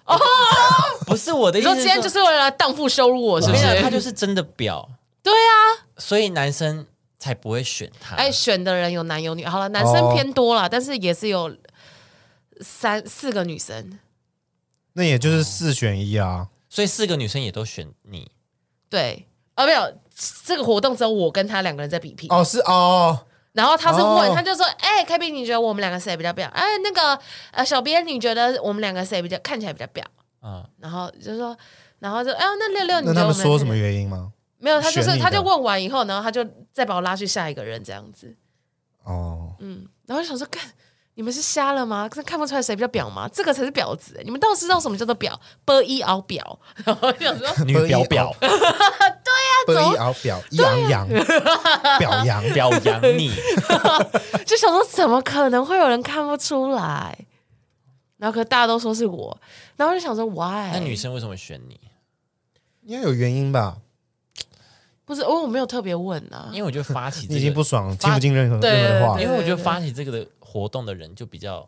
不是我的你意思说说，今天就是为了来荡妇羞辱我，是我不跟你是讲？他就是真的表，对啊，所以男生才不会选他。哎，选的人有男有女，好了，男生哦偏多了，但是也是有三四个女生，那也就是四选一啊，所以四个女生也都选你，对，哦，没有，这个活动只有我跟他两个人在比拼。哦是哦，然后他是问，哦他就说：“哎、k b 你觉得我们两个谁比较表？哎，那个呃，小编你觉得我们两个谁比较看起来比较表 (laughs) 嗯，？”然后就说，然后就哎、那六六你那觉得他我们们说什两么个谁？原因吗？没有，他就选是你他就的问完以后，然后他就再把我拉去下一个人这样子。哦，嗯，然后就想说，干，你们是瞎了吗？这看不出来谁比较婊吗？这个才是婊子、欸你们到底知道什么叫做婊？波一熬婊， (laughs) 然后就想说， (laughs) 女表表不一熬表一昂 (laughs) 扬，表扬表扬 (laughs) 你，就想说，怎么可能会有人看不出来？然后可大家都说是我，然后就想说，why？那女生为什么选你？应该有原因吧？不是，哦，我没有特别问啊因，为我觉得发起这你个，已经不爽，发听不进任何对任何话对，因为我觉得发起这个的活动的人就比较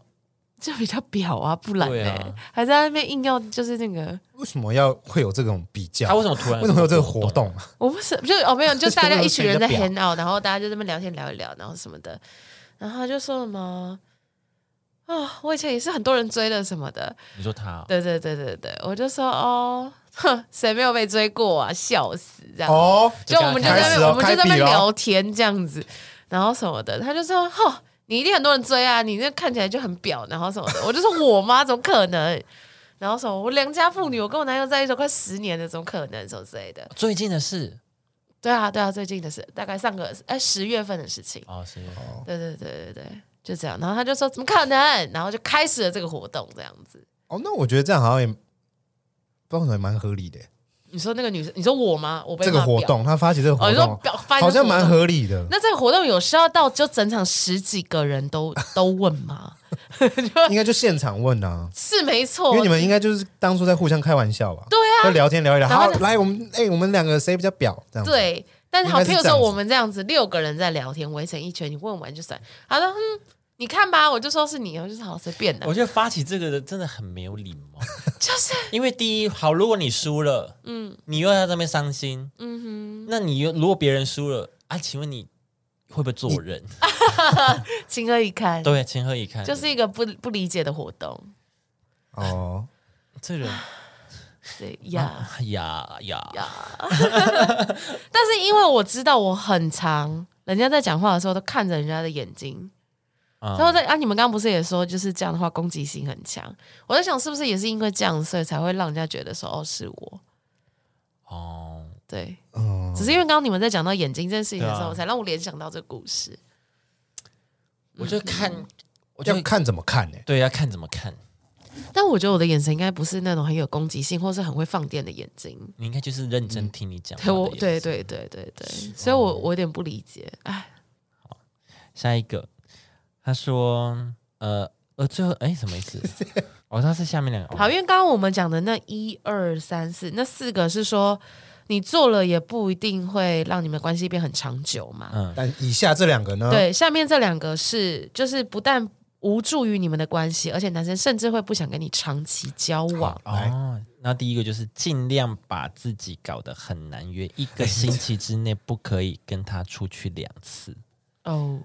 就比较婊啊，不然对呢、啊还在那边硬要就是那个，为什么要会有这种比他为较？什么突然为什么有这个活活动？动？我不是，就哦没有，就大家一群 (laughs) 人在就是 hang out，然后大家就这么聊天聊一聊，然后什么的，然后他就说什么啊、我以前也是很多人追的什么的，你说他哦对对对对对，我就说哦，哼，谁没有被追过啊？笑死这样。哦，就我们就在那开边始哦我们就在那开比边咯聊天这样子，然后什么的，他就说：“吼，你一定很多人追啊，你那看起来就很婊，然后什么的。”我就说：“我吗？怎么可能？”然后什么，我良家妇女，我跟我男友在一起都快十年了，怎么可能？什么之类的。最近的事对啊，对啊，最近的事，大概上个哎十月份的事情。哦，是对对对对对，就这样。然后他就说：“怎么可能？”然后就开始了这个活动，这样子。哦，那我觉得这样好像也不知道为什么也蛮合理的。你说那个女生，你说我吗？我被这个骂婊活，动，他发起这个哦，活你说动，表，反好正像蛮合。合理的。那这个活动有需要到就整场十几个人都都问 (laughs) 吗？应该就现场问啊，是没错，因为你们应该就是当初在互相开玩笑吧？哦对啊，就聊天聊一聊。然后好，就来我们哎，我们两个谁比较表？这样子，对。但是好，应该譬是如这说样子我们这样子六个人在聊天，围成一圈，你问完就算。好的，嗯，你看吧，我就说是你，我就说好随便的我，觉得发起这个的真的很没有礼貌， (laughs) 就是因为第一，好，如果你输了，嗯，你又在那边伤心，嗯那你又如果别人输了啊，请问你会不会做人？哼，情何以堪，对，情何以堪？就是一个不不理解的活动。哦，这个人对呀呀 (laughs) 呀，呀，但是因为我知道我很长，人家在讲话的时候都看着人家的眼睛，嗯然后在啊，你们刚刚不是也说，就是这样的话攻击性很强。我在想，是不是也是因为这样，所以才会让人家觉得说，哦，是我。哦，对，嗯，只是因为刚刚你们在讲到眼睛这件事情的时对候，啊我才让我联想到这个故事。我就看，我就要看怎么看呢？欸对，要看怎么看。但我觉得我的眼神应该不是那种很有攻击性，或是很会放电的眼睛。你应该就是认真听你讲话对，的我意思对对对对对，所以我我有点不理解。哎，下一个，他说，呃呃，最后哎，什么意思？哦，他是下面两个，哦好，因为刚刚我们讲的那一二三四那四个是说，你做了也不一定会让你们关系变很长久嘛。嗯，但以下这两个呢？，对，下面这两个是，就是不但无助于你们的关系，而且男生甚至会不想跟你长期交往。来哦，那第一个就是尽量把自己搞得很难约，一个星期之内不可以跟他出去两次。哦，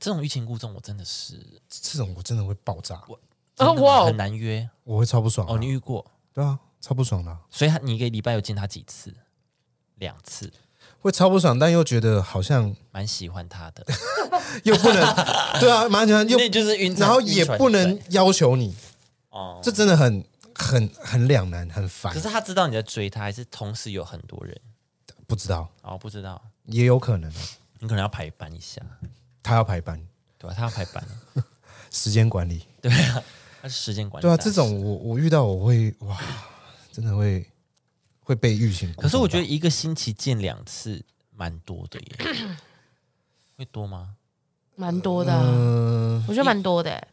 这种欲擒故纵，我真的是这种我真的会爆炸。真的吗呃哇哦很难约我会超不爽的啊、哦。你遇过，对啊，超不爽的啊、所以他你一个礼拜有见他几次？两次，会超不爽，但又觉得好像蛮喜欢他的，又不能，对啊，马上 (laughs) 又那就是晕船，然后也晕船不能对要求你，哦。这真的很很很两难，很烦可。是他知道你在追他，还是同时有很多人？不知道，哦，不知道，也有可能啊你可能要排班一下，他要排班，对啊吧、他要排班，时间管理，他是时间管理。对啊，这种我我遇到我会哇，真的会会被欲擒故纵吧。可是我觉得一个星期见两次蛮多的耶， (clears throat) 会多吗？蛮多的啊、嗯呃我觉得蛮多的欸、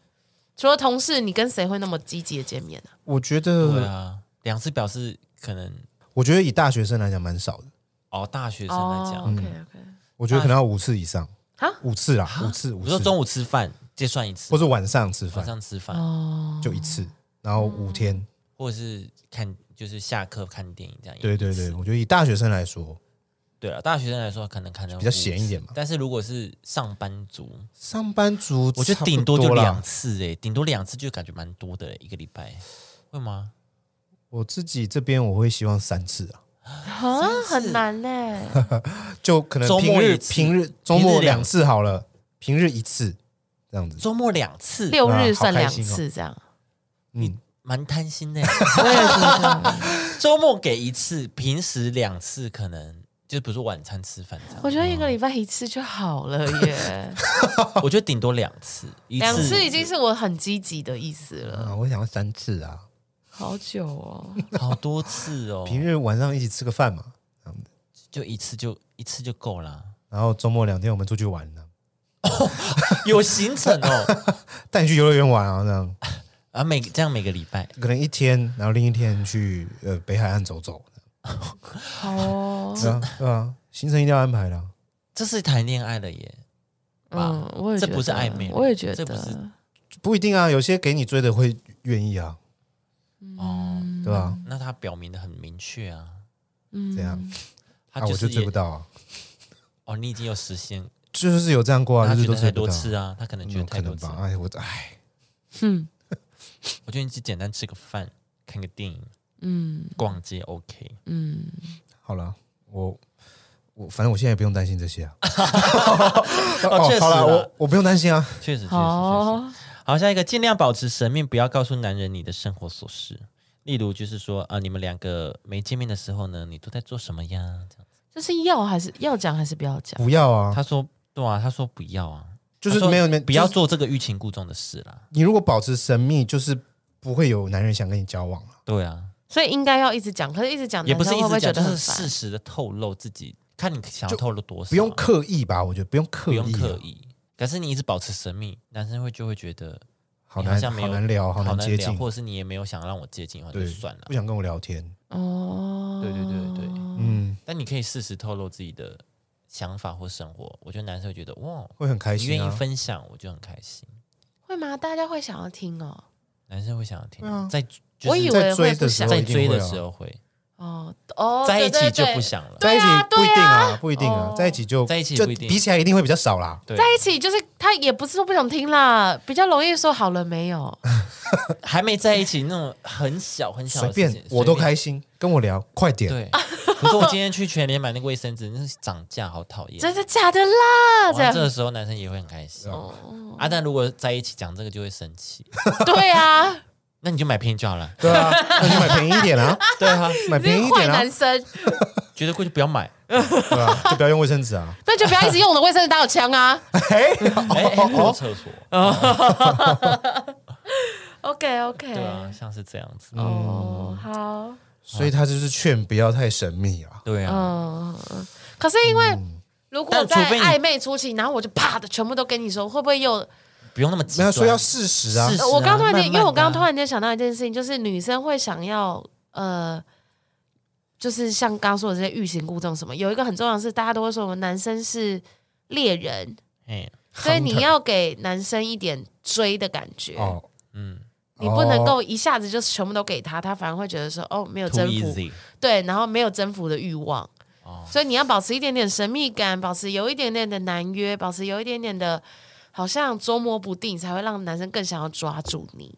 除了同事，你跟谁会那么积极的见面啊呢、我觉对得，啊，两次表示可能我觉得以大学生来讲蛮少的，哦，大学生哦来讲，嗯，OK OK，我觉得可能要五次以上啊，五次啦，五次，五我说次，中午吃饭结算一次或，是晚上吃晚饭嗯上吃哦饭，哦，就一次，然后五天，或者是看就是下课看电影这样一次。对对对，我觉得以大学生来说，对啊，大学生来说可能可能比较五次闲一点嘛但是如果是上班族，上班族我觉得差不顶多就啦两次哎、顶多两次就感觉蛮多的、欸，一个礼拜会吗？我自己这边我会希望三次啊，啊，很难欸呢、就可能周末平日一次平日周末两次好了，平日一次这样子。嗯周末两次，六哇日好算开两心哦 (laughs) 次这样，嗯，蛮贪心的欸、我也觉得，周末给一次，平时两次可能。就比如说晚餐吃饭这样， (laughs) 我觉得一个礼拜一次就好了耶，我觉得顶多两次， (laughs) 嗯一两次次已经是我很积极的意思了，啊，我想要三次啊，好久哦，好多次哦，平日晚上一起吃个饭嘛，就一次就一次就够啦。然后周末两天我们出去玩呢、有行程哦，带你去游乐园玩啊，这样啊每这样每个礼拜，可能一天，然后另一天去呃北海岸走走，好哦，对啊，对啊，行程一定要安排的啊、这是谈恋爱了耶，嗯，我也这觉不是得暧昧我也觉这不是得，不一定啊，有些给你追的会愿意啊，哦，对吧、啊？那他表明的很明确啊，嗯怎样？他啊，我是就追也不到啊，哦，你已经有实现，就是有这样过啊，他就是觉都得追太不多到啊，次啊，他可能觉得有太可多能次吧。。哎，我哎。嗯我觉得你只简单吃个饭、看个电影、嗯逛街 OK。嗯，好了，我我反正我现在也不用担心这些 (laughs) 啊。哦确实好啦了，我我不用担心啊。确实，确实，确实。好哦，好，下一个，尽量保持神秘，不要告诉男人你的生活琐事。例如，就是说啊，你们两个没见面的时候呢，你都在做什么呀？这样就是要还是要讲还是不要讲？不要啊，他说，对啊，他说不要啊，就是他说没有没有不要就是做这个欲擒故纵的事啦。你如果保持神秘，就是不会有男人想跟你交往啊。对啊，所以应该要一直讲，可是一直讲，也不是啊男一生会不直会觉讲，就得是很适？烦时的透露自己，看你想要就透露多少，啊不用刻意啊吧？我觉得不用刻不意、用啊，刻意。可是你一直保持神秘，男生会就会觉得好你好难像没有难聊，好难接聊，近，或者是你也没有想让我接近，的话就对，算了不。想跟我聊天。哦，对对对对嗯，但你可以适时透露自己的想法或生活，我觉得男生会觉得哇，会很开你愿心意啊。分享，我就很开心。会吗？大家会想要听哦。男生会想要听，对啊在就是嗯我以为在追会的不时想候，在一定会追啊的时，候会，哦哦，在一起对对就对不想了，在一起不一定啊，不一定啊哦，在一起就在一起就不一定比起来一定会比较少啦。对，在一起就是他也不是说不想听啦，比较容易说好了没 (laughs) 有，还没在一起那种很小很小随的事情便，我都随便开心，跟我聊，快点。对。比如说我今天去全联买那个卫生纸，那是涨价，好讨厌。真的假的啦？这哇，这样个时候男生也会很开心哦，啊。但如果在一起讲这个就会生气， (laughs) 对啊，那你就买便宜就好了。对啊，那你买便宜一点啊， (laughs) 对啊，买你便宜是一坏点啊男，生，觉得贵就不要买。对吧？就不要用卫生纸 (laughs) 啊。那就不要一直用我的卫生纸打我 (laughs) 枪啊。哦哎、欸，有厕所，哦 OK OK，对啊，嗯像是这样子。哦，好，所以他就是劝不要太神秘啊。对啊，嗯，可是因为如果嗯但除在非你暧昧初期，然后我就啪的全部都跟你说，会不会又不用那么极没有端。说要事实啊事，实呃我刚突然慢间，慢因的为啊我刚刚突然间想到一件事情，就是女生会想要呃，就是像刚刚说的这些欲擒故纵什么，有一个很重要的是，大家都会说我们男生是猎人，哎，所以你 Hunter 要给男生一点追的感觉，哦，嗯你不能够一下子就全部都给他，他反而会觉得说哦没有，too (laughs) 征服， easy。对，然后没有征服的欲望。哦所以你要保持一点点神秘感，保持有一点点的难约，保持有一点点的，好像捉摸不定，才会让男生更想要抓住你。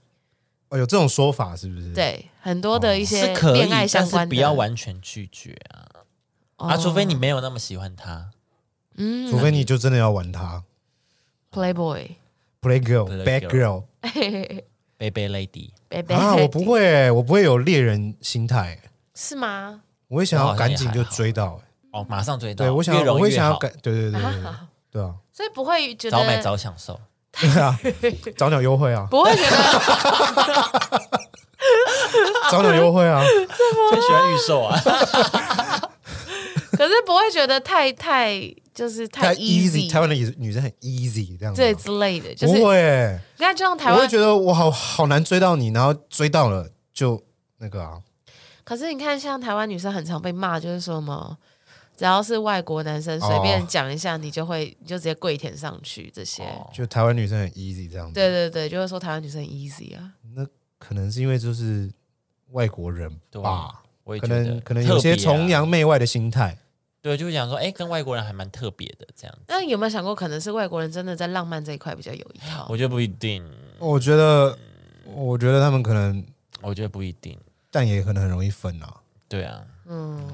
哦，有这种说法是不是？，对，很多的一是些可以恋爱，但相是关的，不要完全拒绝啊、哦啊，除非你没有那么喜欢他。嗯除非你就真的要玩它 Playboy， ，Play Play Girl，Bad Girl girl 贝贝 lady，拜拜啊，我不会欸、我不会有猎人心态欸，是吗？我会想要赶紧就追到欸，哦，马上追到，对我想越要，容我易会越想要好赶，对对对对对啊，对啊，所以不会觉得早买早享受。 (laughs) 对啊， (laughs) 早鸟优惠啊，不会觉得 (laughs) 早鸟优惠啊，最喜欢预售啊，可是不会觉得太太就是太 easy，台湾的女女生很 easy 这样子对啊，之类的，就是不会欸，你看，就像台我会湾，觉得我好好难追到你，然后追到了就那个啊，可是你看，像台湾女生很常被骂，就是说什么，只要是外国男生随便讲一下，你就会你就直接跪舔上去这些。就台湾女生很 easy 这样子，对对对，就会说台湾女生 easy 啊，那可能是因为就是外国人对吧， (laughs) 我也可觉得能可能有些特别啊崇洋媚外的心态，对，就会想说，哎、跟外国人还蛮特别的这样子。那有没有想过，可能是外国人真的在浪漫这一块比较有一套我？觉得不一定，我觉得我觉得他们可能，我觉得不一定。但也可能很容易分啊。对啊，嗯，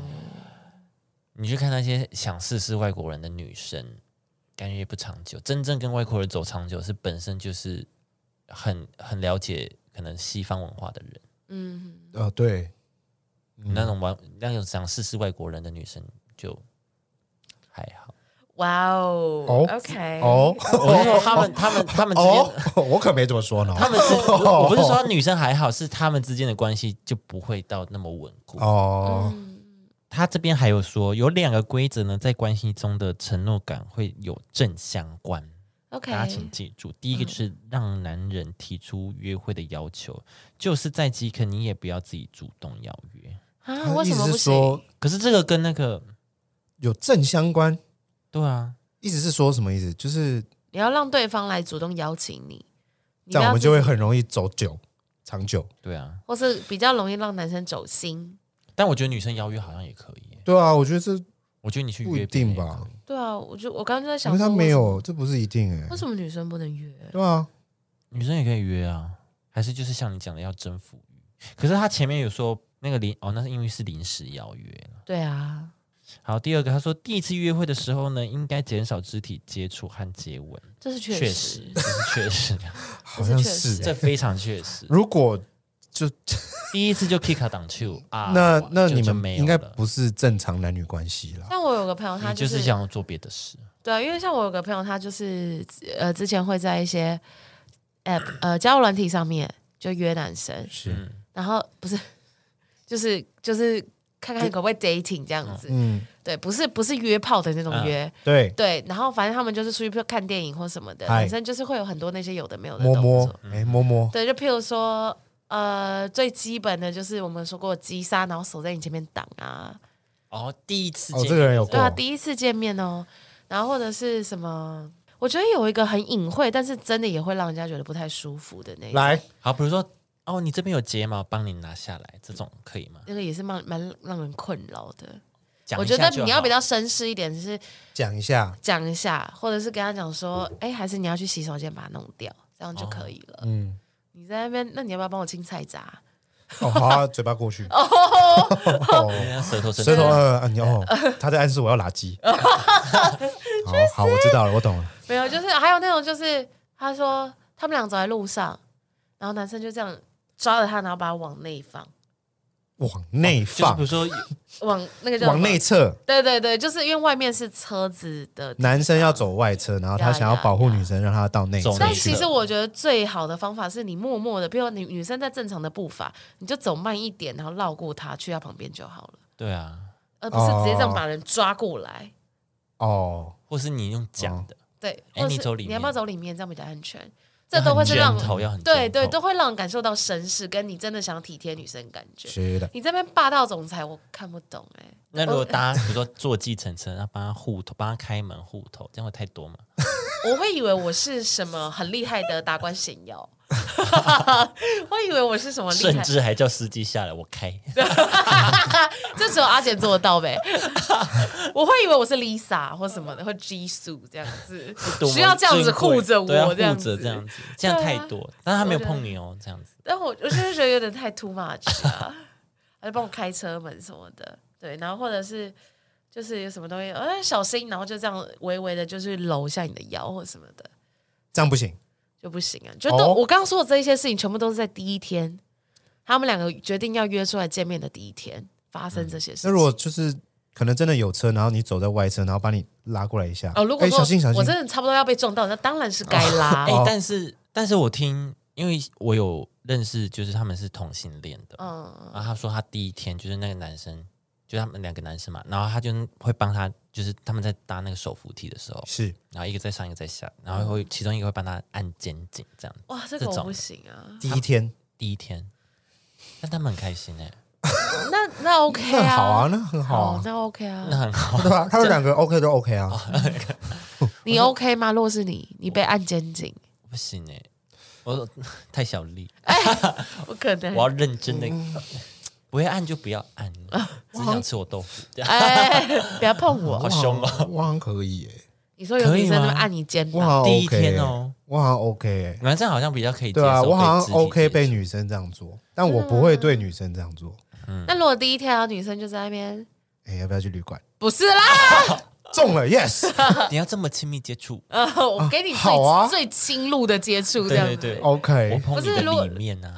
你去看那些想试试外国人的女生，感觉也不长久。真正跟外国人走长久，是本身就是很很了解可能西方文化的人。嗯，呃，对，嗯那种玩那种想试试外国人的女生就还好。哇哦哦，OK，哦， (laughs) 我是说他们他们他们之间哦， (laughs) 我可没这么说呢。他们是，我不是 (laughs) 说女生还好，是他们之间的关系就不会到那么稳固。哦，嗯他这边还有说，有两个规则呢，在关系中的承诺感会有正相关。 ，OK，大家请记住，第嗯一个就是让男人提出约会的要求，就是在即可你也不要自己主动邀约。啊，他为意什么思不是行说？可是这个跟那个，有正相关，对啊，意思是说什么意思？就是你要让对方来主动邀请你，你这样不要我们自就会己，很容易走久，长久。对啊。或是比较容易让男生走心。但我觉得女生邀约好像也可以耶， (laughs) 对啊，我觉得这我觉得你去不约一别人定也吧可以？对啊，我就我刚刚就在因想为说，他没有，这不是一定哎、为什么女生不能约？对啊，女生也可以约啊，还是就是像你讲的要征服欲。可是他前面有说那个临哦，那是因为是临时邀约了。对啊，好，第二个他说第一次约会的时候呢，应该减少肢体接触和接吻，这是确确实，这是确 (laughs) 实，好像这确是、实这欸。非常确实。如果就第一次就 kick 挡 t 啊， (laughs) 那哇那就你就没们有应该了不是正常男女关系啦。像我有个朋友，他你就是是想要做别的事，对啊，因为像我有个朋友，他就是呃之前会在一些 app 呃交友软体上面就约男生，是，嗯，然后不是就是就是看看可不可以 dating 这样子，嗯，对，不是不是约炮的那种嗯约。对，对，然后反正他们就是出去看电影或什么的，嗨男生就是会有很多那些有的没有的摸动作。摸，哎、摸摸，对，就譬如说，呃，最基本的就是我们说过击杀，然后手在你前面挡啊，哦，第一次哦见这个人面有的对啊，过第一次见面哦，然后或者是什么，我觉得有一个很隐晦，但是真的也会让人家觉得不太舒服的嗯那一种来，好，比如说哦，你这边有睫毛，帮你拿下来，这种可以吗？那个也是蛮蛮让人困扰的。讲我一觉下得就你要好比较绅士一点，就是讲一下，讲一下，或者是跟他讲说，哎，还是你要去洗手间把它弄掉，这样就哦可以了。嗯，你在那边，那你要不要帮我清菜渣？ (laughs) 哦，好、啊，嘴巴过去，哦，人家舌头伸舌头出来呃，你哦，他在暗示我要垃 (laughs) 圾。好好，我知道了，我懂了。没有，就是还有那种就是他说他们俩走在路上，然后男生就这样抓着他，然后把他往内放，往内哦就是放比如，说有往那个叫什么往内。侧，对对对，就是因为外面是车子的，男生要走外侧，然后他呀想要呀保护呀女生，让她到内走侧但内侧其实我觉得最好的方法是你默默的，比如你女生在正常的步伐，你就走慢一点，然后绕过他，去他旁边就好了，对啊，而不是直接这样把人抓过来。哦，或是你用讲的，对，哎或者你是走里面你要不要走里面？这样比较安全。要这都会是让很 gentle，要很对对， gentle 都会让人感受到绅士，跟你真的想体贴女生的感觉。是的，你这边霸道总裁，我看不懂哎、那如果搭，比如说坐计程车，然后帮他护头，帮他开门护头，这样会太多吗？我会以为我是什么很厉害的达官显要， (laughs) 我以为我是什么哦厉甚害，至啊还叫司机下来我 (laughs) 开。这只有阿简做得到呗。我会以为我是 Lisa 或什么的，或 Jisoo 这样 (laughs) 子，需要这样子护着我，对啊这样护着子啊这样子，这样太多。但他没有碰你哦，这样子。但我我就是觉得有点太 too much (laughs) 啊，还帮我开车门什么的，对，然后或者是就是有什么东西，呃，小心，然后就这样微微的，就是搂一下你的腰或什么的，这样不行。就不行啊。就都、哦我刚刚说的这一些事情，全部都是在第一天，他们两个决定要约出来见面的第一天发生这些事情。嗯那如果就是可能真的有车，然后你走在外侧，然后把你拉过来一下，哦，如果哎说、小心小心哦我，真的差不多要被撞到，那当然是该拉。哎、但是但是我听，因为我有认识，就是他们是同性恋的，嗯，然后他说他第一天就是那个男生，就是他们两个男生嘛，然后他就会帮他，就是他们在搭那个手扶梯的时候，是然后一个在上一个在下，然后会其中一个会帮他按肩颈这样。哇，这个这我种不行啊。第一天，第一天，但他们很开心哎、那那 OK 那啊，好啊，那很好哦啊，那 OK 啊，那很哎好。 (laughs) 对吧？他们两个 OK 都 OK 啊，你 OK 吗？如果是你，你被按肩颈，不行哎、我太小力，不可能我要认真的，嗯不会按就不要按， (laughs) 只想吃我豆 (laughs) 腐，啊这样哎，不要碰好我！凶哦。我好像可以 (laughs) 耶，你说有女可生以吗在那边按你肩我膀，好像 OK 第耶一天，哦，我好像 OK 耶，男生好像比较可以接受被肢体接对啊，触，我好像 OK 被女生这样做，但我不会对女生这样做。那如果第一天然后女生就在那边，哎，要不要去旅馆？不是啦，中了，yes， (laughs) (laughs) 你要这么亲密接触，呃我给你最好啊最侵入的接触，这样对子对，我 OK，碰你不是如果的里面 (laughs) 啊，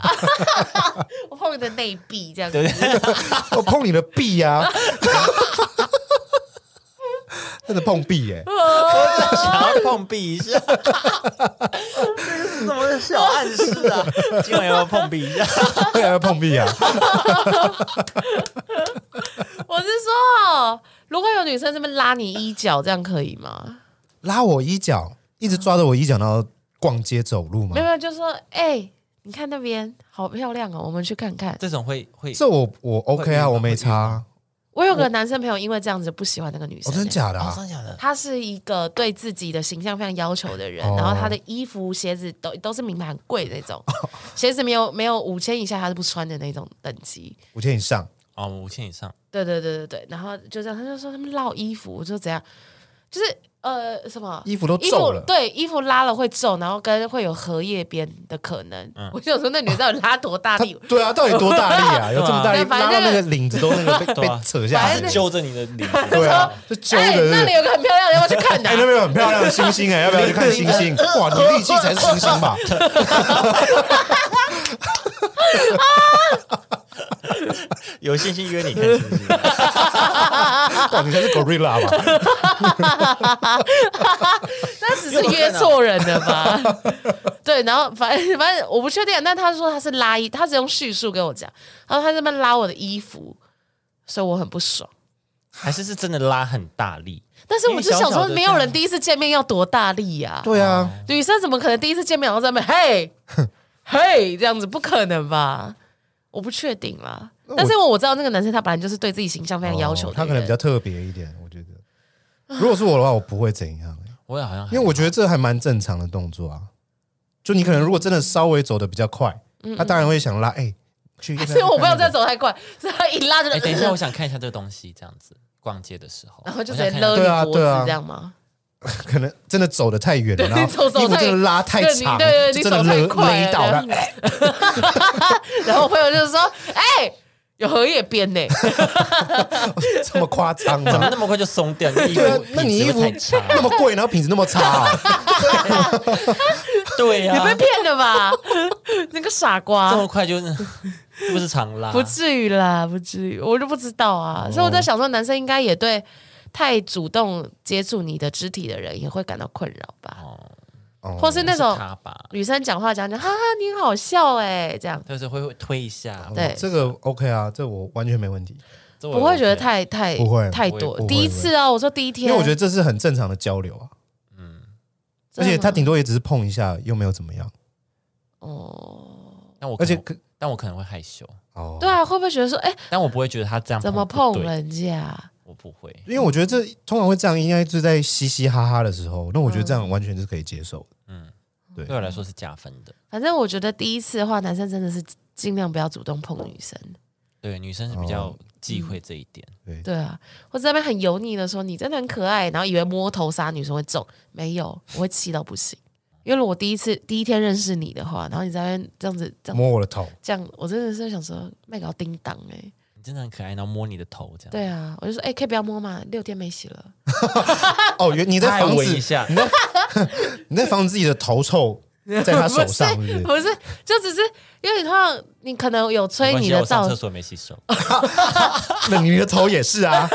我碰你的内壁这样对子，不对？我碰你的臂呀、 (laughs) 啊，真的碰壁耶、想要碰壁一下，哦 (laughs) 这是什么小暗示啊？ (laughs) 今晚要不要碰壁一下？ (laughs) 欸，要碰壁啊，我是说，如果有女生这边拉你衣角，这样可以吗？拉我衣角，一直抓着我衣角，然后逛街走路嘛没有，。没有，就说哎，你看那边好漂亮哦，我们去看看。这种会会这我我 OK 会遇啊，到我没差啊，我有个男生朋友，因为这样子不喜欢那个女哦，生，真的假的哦啊？真的假的？他是一个对自己的形象非常要求的人，哦然后他的衣服、鞋子都都是名牌很贵的那种，哦 (laughs) 鞋子没有没有五千以下他是不穿的那种等级。五千以上，哦，五千以上，对对对对对，然后就这样，他就说他们烙衣服，我说怎样，就是呃什么。衣服都衣皱服了，对衣服拉了会皱，然后跟会有荷叶边的可能。嗯我就想说，那女的到底拉多大他力？对啊，到底多大力啊？有这么大力，反拉到正那那个个领子都那个被对被啊扯下反正来，揪着你的脸，对啊，就揪哎、的那里是。有个很漂亮的，要不要去看呢、(laughs) 啊哎，那边有很漂亮的星星哎，要不要去看星 (laughs) 星？哇，你力气才是星星吧？ (laughs) 有信心约你看星星。哇，你才是 gorilla 吧？那只是约错人了吧？ (laughs) 对，然后反正反正我不确定，但他说他是拉衣，他只用叙述跟我讲，然后他这边拉我的衣服，所以我很不爽。 (laughs) 还是是真的拉很大力，但是我就想因为小小说，的没有人第一次见面要多大力呀、对啊，女生怎么可能第一次见面然后在那边嘿嘿这样子？不可能吧？我不确定啦。但是因为我知道那个男生他本来就是对自己形象非常要求的哦人、他可能比较特别一点，我觉得。如果是我的话，我不会怎样、欸我也好像还因为我觉得这还蛮正常的动作啊。就你可能如果真的稍微走的比较快，他当然会想拉，哎、去。 (laughs) 所嗯以我不要再再走。走太快，所以他一拉就、哎、 (laughs) 等一下，我想看一下这个东西，这样子逛街的时候，然后就我直想看接一下勒对啊你脖子对啊这样吗？可能真的走的太远了，对然后走走衣服太真的拉太对你长，对对就你真的走太勒快了勒到了。 (laughs) 哎 (laughs) 然后我朋友就说：“哎、有荷叶边呢，这么夸张怎么吗？那么快就松掉？你的衣 (laughs) 对啊服，那你衣品服质会太 (laughs) 差，那么贵，然后品质那么差啊、对你呀、被骗了吧？ (laughs) 那个傻这瓜么，快就 (laughs) 不是常拉，不至于啦，不至于，我就不知道啊。所哦以我在想说，男生应该也对太主动接触你的肢体的人也会感到困扰吧，哦， (laughs) 或是那种他吧，女生讲话讲讲，哈哈，你好笑哎、这样就是会会推一下，对这个 OK 啊，这我完全没问题，这我不会觉得 OK 太太不会太不多会。第一不会次啊，我说第一因天，为我觉得这是很正常的交流啊，嗯而真的且他吗顶多也只是碰一下，又没有怎么样，哦，但我可而且能可但我可能会害羞，哦，对啊，会不会觉得说，哎、但我不会觉得他这样怎么碰碰不对？人家？啊我不会，因为我觉得这通常会这样，应该是在嘻嘻哈哈的时候。那我觉得这样完全是可以接受的。嗯嗯，对对我来说是加分的。反正我觉得第一次的话，男生真的是尽量不要主动碰女生。对，女生是比较哦忌嗯讳这一点。对，对啊，或者在那边很油腻的说你真的很可爱，然后以为摸头杀女生会中，没有，我会气到不行。因为我第一次第一天认识你的话，然后你在那边这样子这样摸我的头，这样，我真的是想说麦搞叮当哎、你真的很可爱，然后摸你的头这样。对啊，我就说哎、可以不要摸嘛，六天没洗了，哦，原你在爱防我一止下，你在防止自己的头臭在他手上，不是是不是？ (laughs) 不是，就只是因为你通常你可能有没吹关你系啊的我上造厕所没洗手，那你的头也是 (laughs) 啊，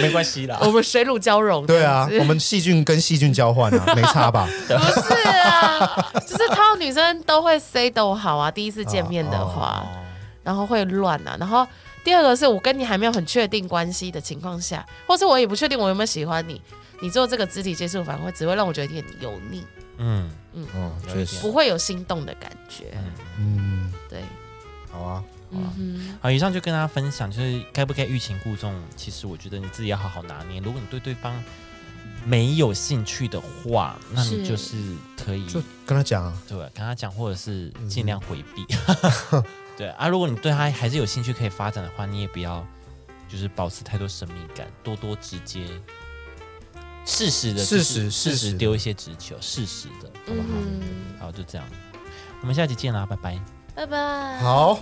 没关系啦。我们水乳交融，对啊，我们细菌跟细菌交换啊，没差吧？不是啊，就是他们女生都会 say 都好啊，第一次见面的话，然后会乱啊，然后第二个是我跟你还没有很确定关系的情况下，或是我也不确定我有没有喜欢你，你做这个肢体接触反而会只会让我觉得你很油腻，嗯， (laughs) 哦，确实，不会有心动的感觉，嗯，对，好啊，嗯哼，好，以上就跟大家分享，就是该不该欲擒故纵，其实我觉得你自己要好好拿捏。如果你对对方没有兴趣的话，那你是就是可以就跟他讲啊，对跟他讲，或者是尽量回避。 (laughs) 对啊，如果你对他还是有兴趣可以发展的话，你也不要就是保持太多神秘感，多多直接。事实的，事就是实事事实实的丢一些直球，事实的，嗯哼，好，就这样，我们下期见啦，拜拜。拜拜，好。